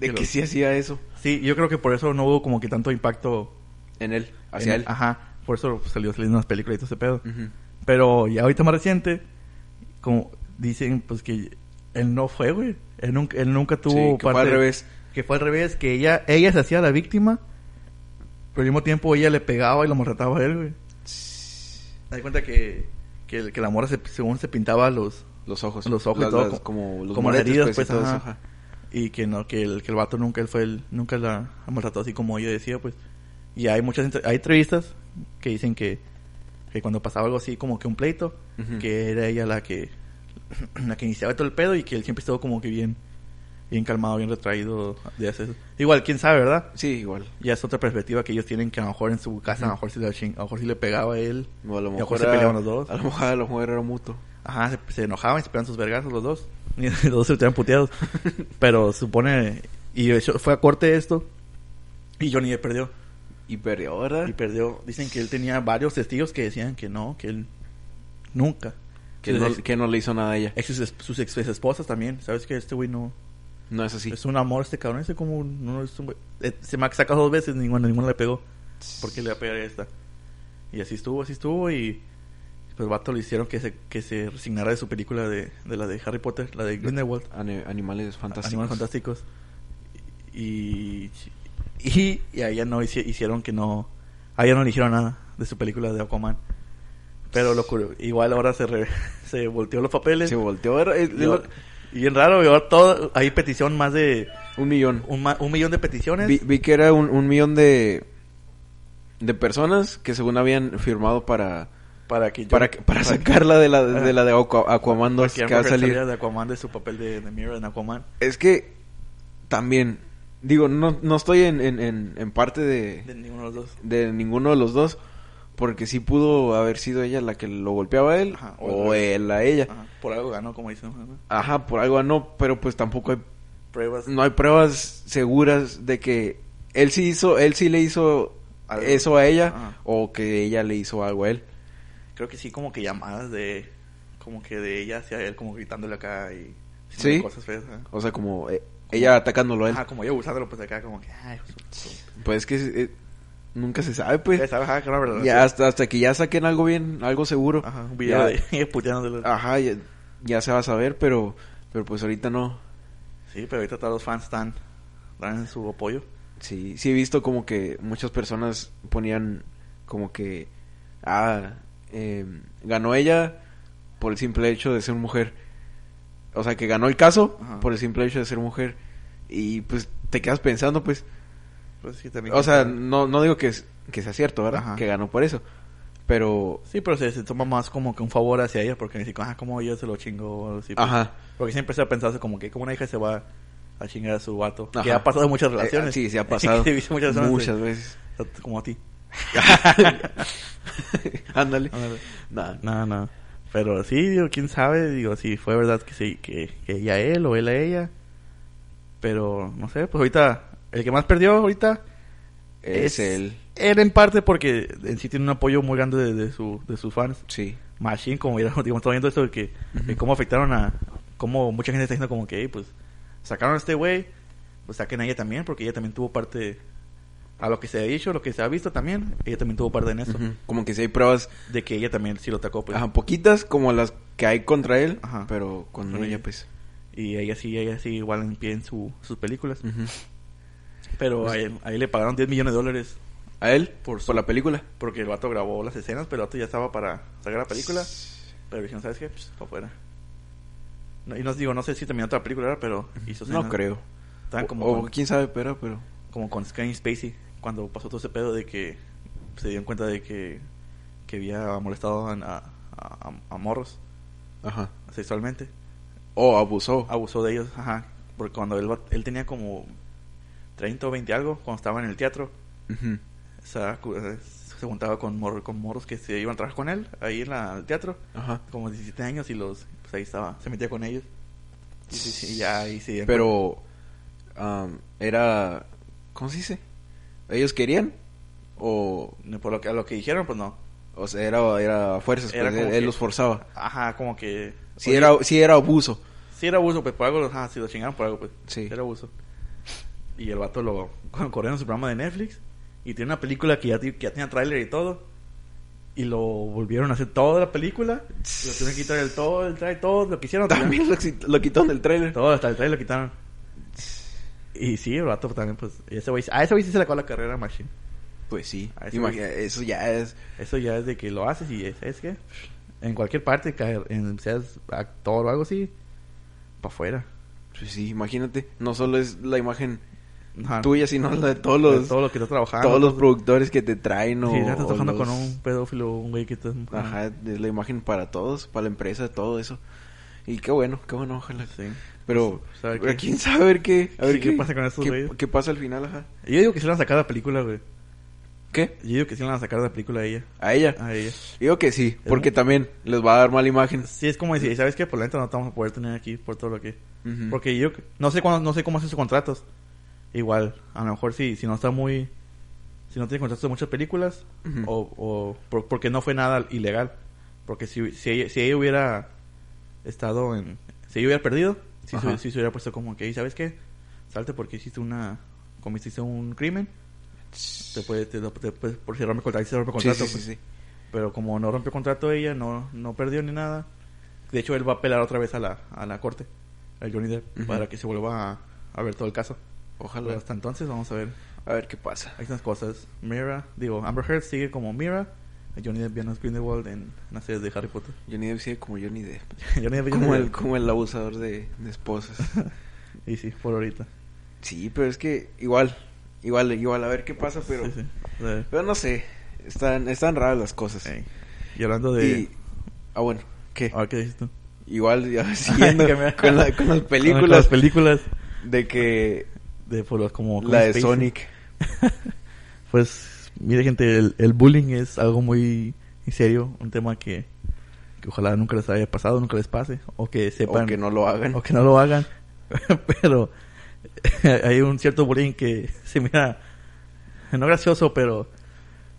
Speaker 2: de
Speaker 1: Sí,
Speaker 2: que
Speaker 1: lo-
Speaker 2: sí hacía eso
Speaker 1: Sí, yo creo que por eso no hubo como que tanto impacto.
Speaker 2: en él, hacia
Speaker 1: en- ah.
Speaker 2: él.
Speaker 1: Ajá, por eso pues, salió saliendo en las películas y todo ese pedo.
Speaker 2: Ujú.
Speaker 1: Pero ya ahorita más reciente, como dicen, pues que él no fue, güey. Él nunca, él nunca tuvo
Speaker 2: Sí, que fue al revés.
Speaker 1: Que fue al revés, que ella, ella se hacía la víctima, pero al mismo tiempo ella le pegaba y lo maltrataba a él, güey. Me di cuenta que, que, el- que la mora se- según se pintaba los...
Speaker 2: Los ojos.
Speaker 1: Los ojos y
Speaker 2: Las-
Speaker 1: todo
Speaker 2: las-
Speaker 1: co-
Speaker 2: como los
Speaker 1: como
Speaker 2: moretes,
Speaker 1: heridas,
Speaker 2: pues, y
Speaker 1: pues,
Speaker 2: todo eso,
Speaker 1: ajá.
Speaker 2: ajá.
Speaker 1: Y que no, que el, que el vato nunca él fue el, nunca la maltrató así como ella decía, pues. Y hay muchas entre- hay entrevistas que dicen que, que cuando pasaba algo así como que un pleito,
Speaker 2: Ujú.
Speaker 1: que era ella la que la que iniciaba todo el pedo y que él siempre estuvo como que bien bien calmado, bien retraído de hacer eso. Igual, quién sabe, ¿verdad?
Speaker 2: Sí, igual.
Speaker 1: Ya es otra perspectiva que ellos tienen que a lo mejor en su casa, a lo mejor si le, chin- a lo mejor si le pegaba a él,
Speaker 2: O a
Speaker 1: Y a lo
Speaker 2: lo mejor
Speaker 1: mejor se
Speaker 2: era-
Speaker 1: peleaban los dos.
Speaker 2: A lo mejor, a lo mejor era mutuo.
Speaker 1: ajá, se, se enojaban y se pegaban sus vergazos los dos. Y los dos se estaban puteados. Pero supone y de hecho, fue a corte esto y Johnny Depp perdió
Speaker 2: Y perdió, ¿verdad?
Speaker 1: y perdió. Dicen que él tenía varios testigos que decían que no, que él nunca
Speaker 2: que, no, que no le hizo nada a ella.
Speaker 1: Ex- sus, sus ex esposas también, sabes que este güey no
Speaker 2: No es así.
Speaker 1: Es un amor este cabrón, ese como un- no es un güey- eh, se me ha sacado dos veces, ninguna, ninguna le pegó. ¿Por qué le va a pegar a esta? Y así estuvo, así estuvo y pues el vato le hicieron que se, que se resignara de su película de, de la de Harry Potter, la de Grindelwald,
Speaker 2: Ani- animales fantásticos.
Speaker 1: Animales Fantásticos. Y, y, y a ella no hici- hicieron que no, a ella no le dijeron nada de su película de Aquaman. Pero lo cur- igual ahora se, re- se volteó los papeles.
Speaker 2: Se volteó. ¿verdad? Es- es
Speaker 1: Y
Speaker 2: lo-
Speaker 1: ahora- y bien raro, y ahora todo, hay petición más de
Speaker 2: un millón.
Speaker 1: un, ma- un millón de peticiones.
Speaker 2: Vi, vi que era un, un millón de de personas que según habían firmado para
Speaker 1: para que yo-
Speaker 2: para que- para sacarla de la de
Speaker 1: Ajá.
Speaker 2: la de Aqua- Aquaman 2
Speaker 1: para que Amber
Speaker 2: que va a
Speaker 1: Heard
Speaker 2: salir.
Speaker 1: saliera de Aquaman de su papel de, de Mirror en Aquaman.
Speaker 2: Es que también digo, no, no estoy en, en, en, en parte
Speaker 1: De
Speaker 2: de,
Speaker 1: ninguno de los dos.
Speaker 2: de ninguno de los dos porque sí pudo haber sido ella la que lo golpeaba a él
Speaker 1: Ajá, o Ah. al
Speaker 2: o
Speaker 1: revés.
Speaker 2: él a ella.
Speaker 1: Ajá, Por algo ganó, como dicen. ¿no?
Speaker 2: Ajá, por algo no, pero pues tampoco hay
Speaker 1: Pruebas.
Speaker 2: no hay pruebas seguras de que él sí hizo, él sí le hizo
Speaker 1: Algo. Ah.
Speaker 2: eso a ella
Speaker 1: Ajá.
Speaker 2: o que ella le hizo algo a él.
Speaker 1: Creo que sí, como que llamadas de. Como que de ella hacia él, como gritándole acá y.
Speaker 2: Sí.
Speaker 1: haciéndole Cosas feas. ajá.
Speaker 2: O sea, como eh, ella atacándolo a él.
Speaker 1: Ajá, como yo usándolo pues acá, como que. Ay, su- su-
Speaker 2: Pues es que eh, nunca se sabe, pues.
Speaker 1: Ya sabes, ajá, que era verdad.
Speaker 2: Ya hasta, hasta que ya saquen algo bien, algo seguro.
Speaker 1: Ajá, un video
Speaker 2: ya, Ah.
Speaker 1: de ella puteándole.
Speaker 2: Ajá, ya, ya se va a saber, pero, pero pues ahorita no.
Speaker 1: Sí, pero ahorita todos los fans están. Dan en su apoyo.
Speaker 2: Sí, sí he visto como que muchas personas ponían como que, ah, eh, ganó ella por el simple hecho de ser mujer. O sea, que ganó el caso
Speaker 1: Ajá.
Speaker 2: por el simple hecho de ser mujer. Y pues te quedas pensando, pues,
Speaker 1: Pues sí, también.
Speaker 2: o sea, no, no digo que, es- que sea cierto, ¿verdad?
Speaker 1: Ajá.
Speaker 2: Que ganó por eso. Pero,
Speaker 1: Sí, pero se, se toma más como que un favor hacia ella porque dicen, ah, como yo se lo chingo. o algo así, pues.
Speaker 2: ajá.
Speaker 1: Porque siempre se ha pensado como que como una hija se va a chingar a su vato.
Speaker 2: Ajá.
Speaker 1: Que ha pasado en muchas
Speaker 2: Eh,
Speaker 1: relaciones.
Speaker 2: sí, se ha pasado.
Speaker 1: Sí, muchas
Speaker 2: muchas
Speaker 1: relaciones.
Speaker 2: veces.
Speaker 1: Tanto Como a ti.
Speaker 2: Ándale.
Speaker 1: Ándale.
Speaker 2: Nah,
Speaker 1: No, no. Pero sí, digo, quién sabe, digo, si fue verdad que sí, que, que ella a él o él a ella. Pero, no sé, pues ahorita, el que más perdió ahorita Es-
Speaker 2: es él.
Speaker 1: Era en parte porque en sí tiene un apoyo muy grande de, de su, de sus fans.
Speaker 2: Sí.
Speaker 1: Machine, como ya digamos, estaba viendo esto de que de cómo afectaron a. Cómo mucha gente está diciendo, como que, "Ey, pues, sacaron a este güey, pues saquen a ella también, porque ella también tuvo parte. A lo que se ha dicho, lo que se ha visto también, ella también tuvo parte en eso.
Speaker 2: Ujú. Como que si hay pruebas
Speaker 1: De que ella también sí lo atacó, pues.
Speaker 2: ajá, poquitas como las que hay contra él,
Speaker 1: Ajá.
Speaker 2: pero con
Speaker 1: Sí.
Speaker 2: ella pues.
Speaker 1: Y ella sí, ella sí, igual en pie en su- sus películas.
Speaker 2: Ujú. Pues
Speaker 1: Pero a él, a él le pagaron 10 millones de dólares
Speaker 2: A él
Speaker 1: Por
Speaker 2: por,
Speaker 1: su-
Speaker 2: la película.
Speaker 1: porque el vato grabó las escenas, pero el vato ya estaba para sacar la película. Pero dijeron, ¿sabes qué? Pues, para afuera. No, y nos digo, no sé si terminó otra película, ¿verdad? pero hizo escenas.
Speaker 2: No creo.
Speaker 1: Estaban como,
Speaker 2: o, o
Speaker 1: con,
Speaker 2: quién sabe, pero pero
Speaker 1: como con Kevin Spacey cuando pasó todo ese pedo de que se dieron cuenta de que, que había molestado a, a, a- a morros
Speaker 2: ajá.
Speaker 1: sexualmente.
Speaker 2: O abusó.
Speaker 1: Abusó de ellos, ajá. Porque cuando él, va- él tenía como 30 o 20 algo, cuando estaba en el teatro,
Speaker 2: Ujú.
Speaker 1: se, eh, se juntaba con, mor- con morros que se iban a trabajar con él ahí en la- el teatro.
Speaker 2: Ajá.
Speaker 1: como 17 años y los pues ahí estaba, se metía con ellos. Y, sí, sí, ya, y sí,
Speaker 2: Pero am, era ¿cómo se dice? ¿Ellos querían? O
Speaker 1: No, por lo que, a lo que dijeron, pues no.
Speaker 2: o sea, era era a fuerzas,
Speaker 1: Era
Speaker 2: pues, él,
Speaker 1: como
Speaker 2: él
Speaker 1: que-
Speaker 2: los forzaba.
Speaker 1: Ajá, como que
Speaker 2: Si
Speaker 1: oye,
Speaker 2: era si era abuso.
Speaker 1: sí era abuso, pues por algo los ajá, sí, los chingaron por algo, pues.
Speaker 2: Sí.
Speaker 1: Era abuso. Y el vato lo cuando corrieron su programa de Netflix y tiene una película que ya, ti- que ya tenía tráiler y todo. Y lo volvieron a hacer toda la película. Lo tuvieron que quitar el todo, el trailer, todo lo que hicieron. pues,
Speaker 2: También lo, quit- lo quitó en el trailer.
Speaker 1: Todo, hasta el trailer lo quitaron. Y sí, el vato también, pues. y ese güey, a ese güey sí se le acabó la carrera a Machine.
Speaker 2: Pues sí.
Speaker 1: A eso
Speaker 2: Imagina, eso ya es
Speaker 1: Eso ya es de que lo haces y es que en cualquier parte, caer, en, seas actor o algo así, para afuera.
Speaker 2: pues sí, imagínate, no solo es la imagen
Speaker 1: Ajá.
Speaker 2: tuya, sino la de todos
Speaker 1: Ah, De
Speaker 2: los
Speaker 1: todo lo que estás trabajando.
Speaker 2: todos los productores que te traen o
Speaker 1: Sí, ya estás
Speaker 2: o
Speaker 1: trabajando
Speaker 2: los-
Speaker 1: con un pedófilo, un güey que estás.
Speaker 2: Ajá, es la imagen para todos, para la empresa, todo eso. Y qué bueno, qué bueno, ojalá.
Speaker 1: Sí.
Speaker 2: Pero,
Speaker 1: Pues, a ver
Speaker 2: pero
Speaker 1: qué-
Speaker 2: quién sabe a ver qué, a ver
Speaker 1: Sí, qué pasa con esos
Speaker 2: qué,
Speaker 1: güeyes.
Speaker 2: qué pasa al final, ajá.
Speaker 1: Yo digo que se la van a sacar de la película, güey.
Speaker 2: ¿Qué?
Speaker 1: Yo digo que se la van a sacar de la película a ella.
Speaker 2: A ella.
Speaker 1: A ella.
Speaker 2: Digo que sí, porque también les va a dar mala imagen.
Speaker 1: Sí, es como decir, ¿sabes qué? Por la neta no te vamos a poder tener aquí por todo lo que.
Speaker 2: Ujú.
Speaker 1: Porque yo no sé cuándo, no sé cómo hacen sus contratos. Igual, a lo mejor si, si no está muy. Si no tiene contratos de muchas películas,
Speaker 2: Ujú.
Speaker 1: o, o por- porque no fue nada ilegal. Porque si, si, ella, si ella hubiera estado en. Si ella hubiera perdido, si, se,
Speaker 2: Ajá.
Speaker 1: sí se hubiera puesto como que, ¿sabes qué? Salte porque hiciste una. Cometiste un crimen. Te puede, te, lo- te puede- por si rompe contrato, si rompe
Speaker 2: Sí,
Speaker 1: contrato.
Speaker 2: sí, sí,
Speaker 1: pues.
Speaker 2: sí.
Speaker 1: Pero como no rompió contrato ella, no, no perdió ni nada. De hecho, él va a apelar otra vez a la, a la corte, al Johnny Depp,
Speaker 2: Ujú.
Speaker 1: para que se vuelva a, a ver todo el caso. Pero
Speaker 2: Ojalá.
Speaker 1: hasta entonces vamos a ver.
Speaker 2: A ver qué pasa.
Speaker 1: Hay unas cosas. Mira, digo, Amber Heard sigue como Mira. Johnny Depp ya no es Grindelwald en la serie de Harry Potter.
Speaker 2: Johnny Depp sigue como Johnny Depp.
Speaker 1: Johnny Depp ya no
Speaker 2: Como
Speaker 1: es-
Speaker 2: el, como el abusador de, de esposas.
Speaker 1: Y sí, por ahorita.
Speaker 2: Sí, pero es que igual, igual, igual, a ver qué pasa, pero,
Speaker 1: Sí, sí. O sea,
Speaker 2: pero no sé. Están, están raras las cosas.
Speaker 1: ey. Y hablando de...
Speaker 2: Y, ah, bueno, ¿qué?
Speaker 1: Ahora, ¿qué dices tú?
Speaker 2: Igual, ya, siguiendo con, la- con las
Speaker 1: Con las
Speaker 2: películas
Speaker 1: películas.
Speaker 2: de que
Speaker 1: De por los como... como
Speaker 2: la de
Speaker 1: Spacey.
Speaker 2: Sonic.
Speaker 1: Pues, mire gente, el, el bullying es algo muy serio, un tema que, que ojalá nunca les haya pasado, nunca les pase, o que sepan,
Speaker 2: O que no lo hagan.
Speaker 1: o que no lo hagan, pero hay un cierto bullying que se mira, no gracioso, pero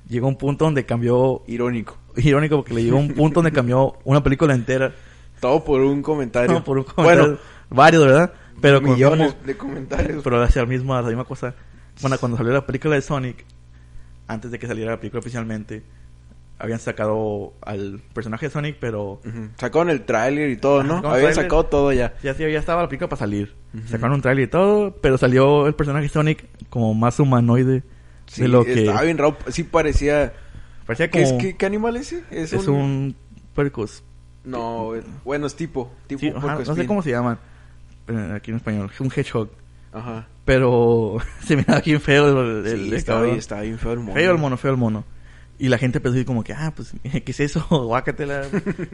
Speaker 1: llegó a un punto donde cambió,
Speaker 2: Irónico.
Speaker 1: irónico porque le llegó a un punto donde cambió una película entera,
Speaker 2: Todo por un comentario.
Speaker 1: no, por un comentario, varios, ¿verdad? Pero
Speaker 2: bueno,
Speaker 1: con-
Speaker 2: millones de comentarios.
Speaker 1: pero hacia la misma, la misma cosa. Bueno, cuando salió la película de Sonic, antes de que saliera la película oficialmente, habían sacado al personaje de Sonic, pero
Speaker 2: Ujú. Sacaron el tráiler y todo,
Speaker 1: Ah,
Speaker 2: ¿no?
Speaker 1: sacaron
Speaker 2: Habían
Speaker 1: tráiler.
Speaker 2: sacado todo ya.
Speaker 1: ya, sí, ya estaba la película para salir.
Speaker 2: Ujú.
Speaker 1: Sacaron un tráiler y todo, pero salió el personaje de Sonic como más humanoide
Speaker 2: Sí,
Speaker 1: de lo que
Speaker 2: Estaba bien raro. Sí parecía...
Speaker 1: parecía
Speaker 2: ¿Qué,
Speaker 1: como
Speaker 2: es, qué, qué animal es ese?
Speaker 1: es, un puercos.
Speaker 2: No, eh, bueno, es tipo. Tipo
Speaker 1: Sí, ajá, no sé
Speaker 2: puercoespín.
Speaker 1: cómo se llaman eh, aquí en español, un hedgehog,
Speaker 2: Ajá.
Speaker 1: pero se miraba bien feo el, el-
Speaker 2: Sí,
Speaker 1: el
Speaker 2: estaba,
Speaker 1: cabrón.
Speaker 2: bien, estaba bien feo el mono.
Speaker 1: Feo el mono, feo el mono. Y la gente empezó a decir como que, ah, pues, ¿qué es eso? Guácatela,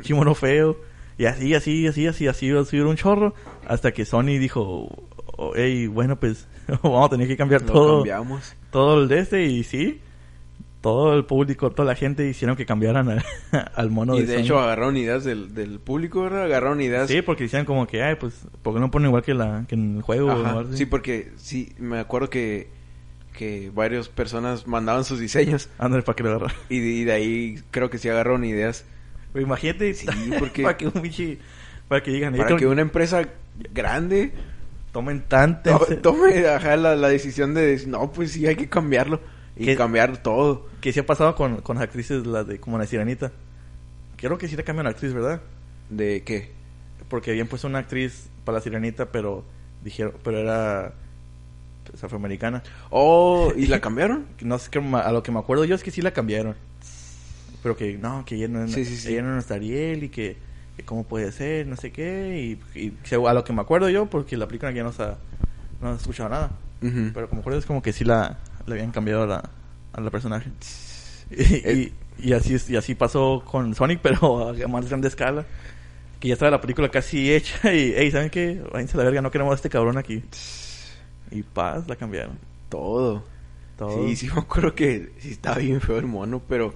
Speaker 1: chimono feo. Y así, así, así, así, así, así era un chorro. Hasta que Sony dijo, oh, hey, bueno, pues, vamos a tener que cambiar
Speaker 2: Lo
Speaker 1: todo,
Speaker 2: cambiamos.
Speaker 1: todo el de este. Y sí, todo el público, toda la gente hicieron que cambiaran al, al mono
Speaker 2: y
Speaker 1: de
Speaker 2: de
Speaker 1: Sony.
Speaker 2: hecho agarraron ideas del, del público, ¿verdad? Agarraron ideas.
Speaker 1: Sí, porque decían como que, ay, pues, ¿por qué no ponen igual que, la, que en el juego? o
Speaker 2: Ajá.
Speaker 1: algo así?
Speaker 2: Sí, porque sí, me acuerdo que que varias personas mandaban sus diseños
Speaker 1: Ándale, para que lo agarra.
Speaker 2: y de, y de ahí creo que sí agarraron ideas
Speaker 1: Güey, Imagínate.
Speaker 2: Sí, porque-
Speaker 1: para que un pinche- Para que digan.
Speaker 2: para
Speaker 1: "Yo
Speaker 2: que una empresa grande
Speaker 1: Tomen tanto.
Speaker 2: to- tome ajá, la, la decisión de decir, no, pues sí, hay que cambiarlo y
Speaker 1: ¿Qué?
Speaker 2: cambiar todo.
Speaker 1: Que sí ha pasado con, con las actrices, las de, como la sirenita. Creo que sí le cambian a actriz, ¿verdad?
Speaker 2: ¿De qué?
Speaker 1: Porque habían puesto una actriz para la sirenita, pero dijeron, pero era pues, afroamericana.
Speaker 2: Oh, ¿y la cambiaron?
Speaker 1: No sé, que ma- a lo que me acuerdo yo es que sí la cambiaron. Pero que no, que ella no,
Speaker 2: Sí, sí, sí.
Speaker 1: ella no es Ariel y que, que cómo puede ser, no sé qué. Y, y se- a lo que me acuerdo yo, porque la película ya no se ha, no se ha escuchado nada.
Speaker 2: Ujú.
Speaker 1: Pero como acuerdo es como que sí la, le habían cambiado a la, a la personaje. Y, y- y así es- y así pasó con Sonic, pero a más grande escala. Que ya estaba la película casi hecha y, hey, ¿saben qué? Váyanse a la verga, no queremos a este cabrón aquí. Y paz, la cambiaron.
Speaker 2: Todo.
Speaker 1: Todo.
Speaker 2: Sí, sí, me acuerdo que sí está bien feo el mono, pero.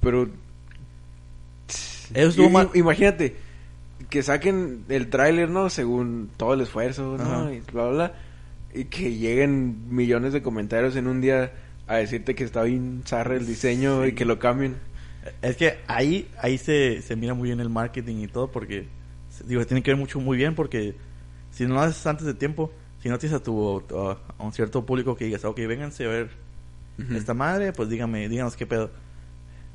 Speaker 2: Pero.
Speaker 1: Eso estuvo
Speaker 2: I-
Speaker 1: mal.
Speaker 2: i- Imagínate que saquen el tráiler, ¿no? Según todo el esfuerzo, ¿no?
Speaker 1: Ajá.
Speaker 2: Y bla, bla, bla. Y que lleguen millones de comentarios en un día a decirte que está bien zarra el diseño y que lo cambien.
Speaker 1: Es que ahí, ahí se, se mira muy bien el marketing y todo porque, se- digo, tiene que ver mucho muy bien porque si no lo haces antes de tiempo, si no tienes a tu, a, a un cierto público que digas, ok, vénganse a ver esta madre, pues dígame, díganos qué pedo.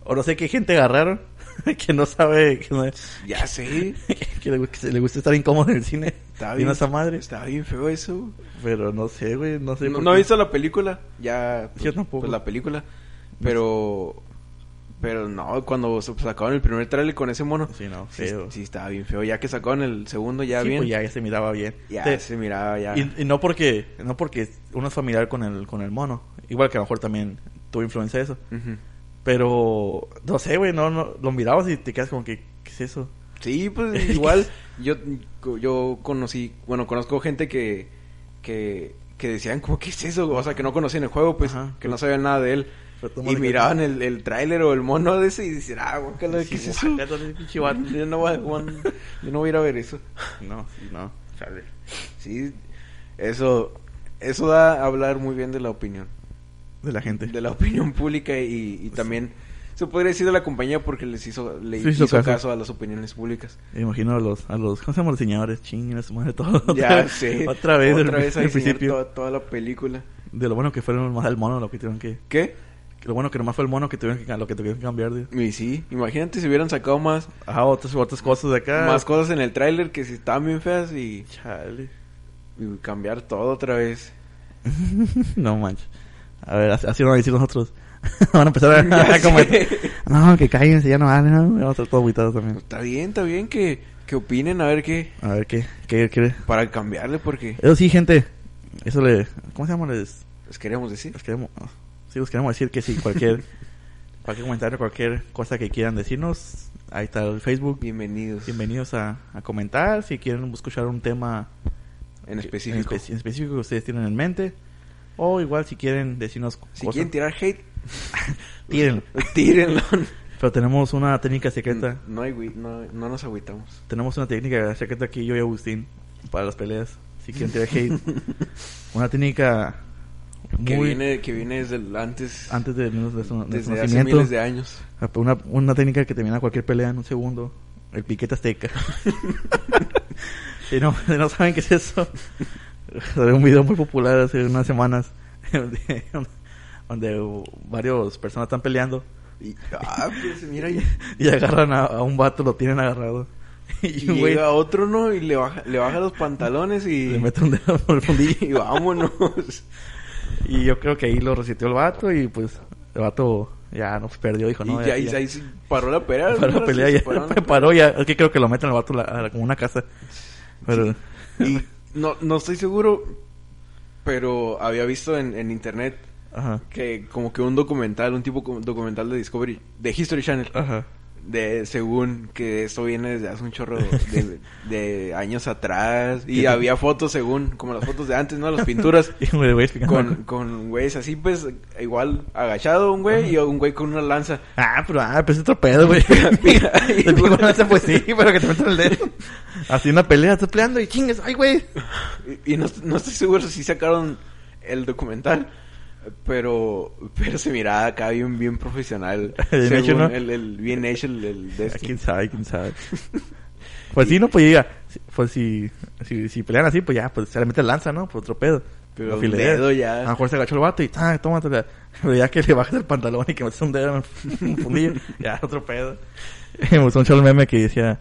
Speaker 1: O no sé qué gente agarraron que no sabe que, no-
Speaker 2: Ya sé.
Speaker 1: que le, gu- que se- le gusta estar incómodo en el cine.
Speaker 2: Está
Speaker 1: Vino
Speaker 2: bien.
Speaker 1: esa madre.
Speaker 2: Está bien feo eso.
Speaker 1: Pero no sé, güey, no sé.
Speaker 2: no,
Speaker 1: por
Speaker 2: no he
Speaker 1: qué.
Speaker 2: visto la película. Ya. Pues,
Speaker 1: Yo tampoco.
Speaker 2: pues, la película. Pero. Pero no, cuando se- sacaron el primer trailer con ese mono.
Speaker 1: Sí, no,
Speaker 2: Sí,
Speaker 1: feo.
Speaker 2: sí estaba bien feo. Ya que sacaron el segundo, ya
Speaker 1: Sí,
Speaker 2: bien.
Speaker 1: pues
Speaker 2: ya
Speaker 1: ya, ya se miraba bien. Te-
Speaker 2: se miraba ya.
Speaker 1: Y, y no porque no porque uno es familiar con el con el mono, igual que a lo mejor también tuvo influencia eso,
Speaker 2: Ujú.
Speaker 1: pero no sé, güey, no, no lo mirabas y te quedas como que ¿qué es eso?
Speaker 2: Sí, pues igual. yo, yo conocí. Bueno, conozco gente que. Que. Que decían, como, ¿qué es eso? O sea, que no conocían el juego, pues.
Speaker 1: Ajá.
Speaker 2: Que no sabían nada de él.
Speaker 1: Pero toma
Speaker 2: Y
Speaker 1: de-
Speaker 2: miraban el, el tráiler o el mono de ese y decían, ah, guácala,
Speaker 1: Sí,
Speaker 2: ¿qué es eso?
Speaker 1: guácala, ese pinche vato.
Speaker 2: Yo no, voy a- yo no voy a ir a ver eso.
Speaker 1: No, sí, no.
Speaker 2: Sí, eso, eso da a hablar muy bien de la opinión,
Speaker 1: De Pues la gente.
Speaker 2: de la opinión pública y, y también se podría decir de la compañía porque les hizo, le
Speaker 1: Sí,
Speaker 2: hizo,
Speaker 1: hizo
Speaker 2: caso.
Speaker 1: caso.
Speaker 2: a las opiniones públicas.
Speaker 1: Me imagino a los a los ¿cómo se llaman los diseñadores? Chingas, madre todo.
Speaker 2: Ya sé,
Speaker 1: Otra vez
Speaker 2: otra
Speaker 1: del-
Speaker 2: vez a
Speaker 1: del
Speaker 2: diseñar
Speaker 1: principio.
Speaker 2: toda, toda la película.
Speaker 1: De lo bueno que fueron más el mono lo que tuvieron que
Speaker 2: ¿Qué?
Speaker 1: que lo bueno que nomás fue el mono que tuvieron que ca- lo que tuvieron que cambiar, digo.
Speaker 2: Y sí, imagínate si hubieran sacado más,
Speaker 1: Ajá, otras otras cosas de acá.
Speaker 2: más cosas en el tráiler que si estaban bien feas y,
Speaker 1: Chale.
Speaker 2: y cambiar todo otra vez.
Speaker 1: No manches. A ver, así, así van a decir nosotros. van a empezar a,
Speaker 2: Ya
Speaker 1: como-
Speaker 2: sé.
Speaker 1: No, que cállense, ya no van, ¿no? Vamos a estar todos aguitados también.
Speaker 2: Pues Está bien, está bien que, que opinen a ver qué,
Speaker 1: A ver, ¿qué? ¿Qué quiere?
Speaker 2: para cambiarle porque
Speaker 1: Eso sí, gente. Eso le... ¿Cómo se llama? Les,
Speaker 2: les queremos decir.
Speaker 1: les queremos... ah, Sí, les queremos decir que sí, cualquier... cualquier comentario, cualquier cosa que quieran decirnos. Ahí está el Facebook.
Speaker 2: Bienvenidos.
Speaker 1: Bienvenidos a, a comentar. Si quieren escuchar un tema
Speaker 2: En
Speaker 1: que-
Speaker 2: específico.
Speaker 1: espe- en específico que ustedes tienen en mente. O igual si quieren decirnos
Speaker 2: Si
Speaker 1: cosas,
Speaker 2: quieren tirar hate,
Speaker 1: tírenlo.
Speaker 2: tírenlo.
Speaker 1: Pero tenemos una técnica secreta.
Speaker 2: No, hay güey, no, no nos agüitamos.
Speaker 1: Tenemos una técnica secreta aquí, yo y Agustín, para las peleas. Si quieren tirar hate. una técnica
Speaker 2: Que
Speaker 1: muy
Speaker 2: viene, que viene desde el- antes,
Speaker 1: antes de, de su, de su
Speaker 2: desde hace
Speaker 1: nacimiento.
Speaker 2: miles de años.
Speaker 1: Una, una técnica que termina cualquier pelea en un segundo. El piquete azteca. si, no, si no saben qué es eso, salió un video muy popular hace unas semanas donde, donde varios personas están peleando
Speaker 2: Y, ah, pues mira, y,
Speaker 1: y agarran a, a un vato, lo tienen agarrado.
Speaker 2: y
Speaker 1: Y un güey
Speaker 2: llega otro, ¿no? Y le baja, le baja los pantalones y,
Speaker 1: le mete un dedo por el fundillo.
Speaker 2: y vámonos.
Speaker 1: Y yo creo que ahí lo reseteó el vato y pues el vato ya nos perdió, dijo, no,
Speaker 2: y ya, y ahí sí paró la pelea.
Speaker 1: paró la
Speaker 2: ¿no?
Speaker 1: pelea,
Speaker 2: Se
Speaker 1: ya
Speaker 2: separaron.
Speaker 1: paró ya, es que creo que lo meten al vato la- a la- como una casa. Pero
Speaker 2: Y no, no estoy seguro, pero había visto en, en internet
Speaker 1: ajá,
Speaker 2: que como que un documental, un tipo como- documental de Discovery, de History Channel.
Speaker 1: ajá.
Speaker 2: De, según que esto viene desde hace un chorro de, de años atrás. Y
Speaker 1: ¿Qué?
Speaker 2: había fotos, según, como las fotos de antes, ¿no? Las pinturas.
Speaker 1: Y me voy explicando.
Speaker 2: Con, con güeyes así, pues, igual agachado un güey y un güey con una lanza.
Speaker 1: Ah, pero ah, pues es otro pedo, güey.
Speaker 2: Mira,
Speaker 1: Te
Speaker 2: y-
Speaker 1: pico una lanza, pues sí, pero que te metan el dedo. Así una pelea, estás peleando y chingas, ay, güey.
Speaker 2: Y, y no, no estoy seguro si sacaron el documental. Pero, pero se miraba acá bien, bien profesional.
Speaker 1: Bien hecho,
Speaker 2: Según
Speaker 1: ¿no?
Speaker 2: el, el- bien hecho el, el de este.
Speaker 1: ¿Quién sabe? ¿Quién sabe? Pues sí, no, pues llega. Pues si, si, si pelean así, pues ya, pues se le mete lanza, ¿no? Pues otro pedo.
Speaker 2: Pero
Speaker 1: Lo
Speaker 2: un
Speaker 1: filea.
Speaker 2: dedo ya.
Speaker 1: A lo mejor se agachó el vato y, ah, tómatela. Pero ya que le bajas el pantalón y que metes un dedo en el fundillo, ya, otro pedo. Me gustó mucho el meme que decía,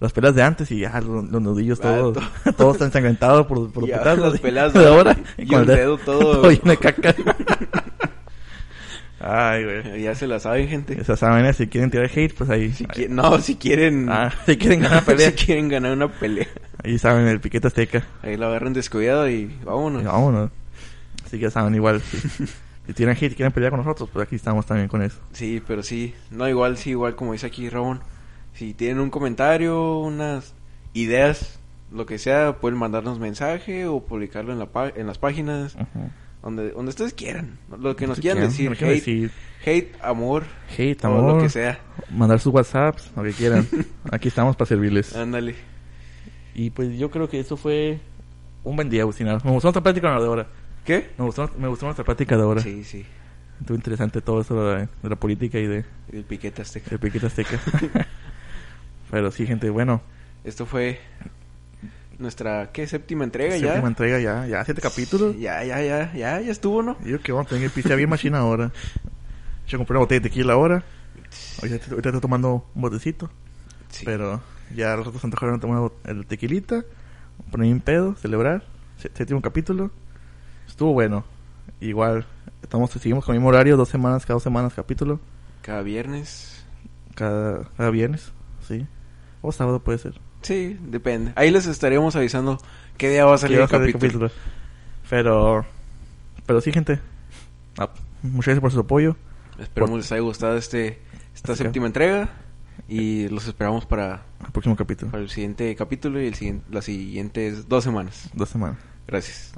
Speaker 1: las pelas de antes y ya, los, los nudillos
Speaker 2: Ah,
Speaker 1: todos,
Speaker 2: to-
Speaker 1: todos están ensangrentados por, por los
Speaker 2: Y ahora
Speaker 1: putazos.
Speaker 2: las pelas
Speaker 1: de
Speaker 2: de-
Speaker 1: ahora.
Speaker 2: y
Speaker 1: con
Speaker 2: el dedo todo-
Speaker 1: lleno de caca. Ay, güey.
Speaker 2: Ya se la saben, gente.
Speaker 1: Esas sábanas, si quieren tirar hate, pues ahí.
Speaker 2: Si
Speaker 1: ahí-
Speaker 2: qui- no, si quieren...
Speaker 1: Ah, si quieren ganar pelea.
Speaker 2: si quieren ganar una pelea.
Speaker 1: Ahí saben, el piquete azteca.
Speaker 2: Ahí la agarran descuidado y vámonos.
Speaker 1: Y Vámonos. Así que ya saben, igual. Si, si tienen hate y quieren pelear con nosotros, pues aquí estamos también con eso.
Speaker 2: Sí, pero sí. No, igual, sí, igual como dice aquí Ramón. Si tienen un comentario, unas ideas, lo que sea, pueden mandarnos mensaje o publicarlo en, la pa- en las páginas. Donde, donde ustedes quieran. Lo que nos
Speaker 1: Si
Speaker 2: quieran decir.
Speaker 1: lo que
Speaker 2: Hate,
Speaker 1: quieran decir.
Speaker 2: hate, amor.
Speaker 1: Hate,
Speaker 2: o
Speaker 1: amor.
Speaker 2: lo que sea.
Speaker 1: Mandar sus WhatsApps, lo que quieran. aquí estamos para servirles.
Speaker 2: Ándale.
Speaker 1: Y pues yo creo que eso fue un buen día, Agustina. Me gustó nuestra plática de ahora.
Speaker 2: ¿Qué?
Speaker 1: Me gustó, me gustó nuestra plática de ahora.
Speaker 2: Sí, sí.
Speaker 1: Estuvo interesante todo eso de, de la política y de,
Speaker 2: El piquete azteca.
Speaker 1: de Piquete Azteca. Pero sí, gente, bueno.
Speaker 2: Esto fue nuestra, ¿qué? Séptima entrega ya.
Speaker 1: Séptima entrega ya, ya, siete capítulos.
Speaker 2: Ya, ya, ya, ya, ya estuvo, ¿no?
Speaker 1: Yo que vamos a tener que pistear bien machina ahora. Yo compré una botella de tequila ahora. Ahorita, ahorita estoy tomando un botecito.
Speaker 2: Sí.
Speaker 1: Pero ya los ratos se antojaron tomar bot- el tequilita. Poner un pedo, celebrar. Se- Séptimo capítulo. Estuvo bueno. Igual, estamos, seguimos con el mismo horario, dos semanas, cada dos semanas capítulo.
Speaker 2: Cada viernes.
Speaker 1: Cada, cada viernes, sí. O sábado puede ser.
Speaker 2: Sí, depende. Ahí les estaremos avisando qué día va a salir
Speaker 1: Que
Speaker 2: el
Speaker 1: va a ser el
Speaker 2: capítulo.
Speaker 1: capítulo. Pero, pero sí, gente. Ah, muchas gracias por su apoyo.
Speaker 2: Esperemos les haya gustado este esta
Speaker 1: Acá.
Speaker 2: séptima entrega y los esperamos para,
Speaker 1: Al próximo capítulo.
Speaker 2: para el siguiente capítulo y el siguiente, las siguientes dos semanas.
Speaker 1: Dos semanas.
Speaker 2: Gracias.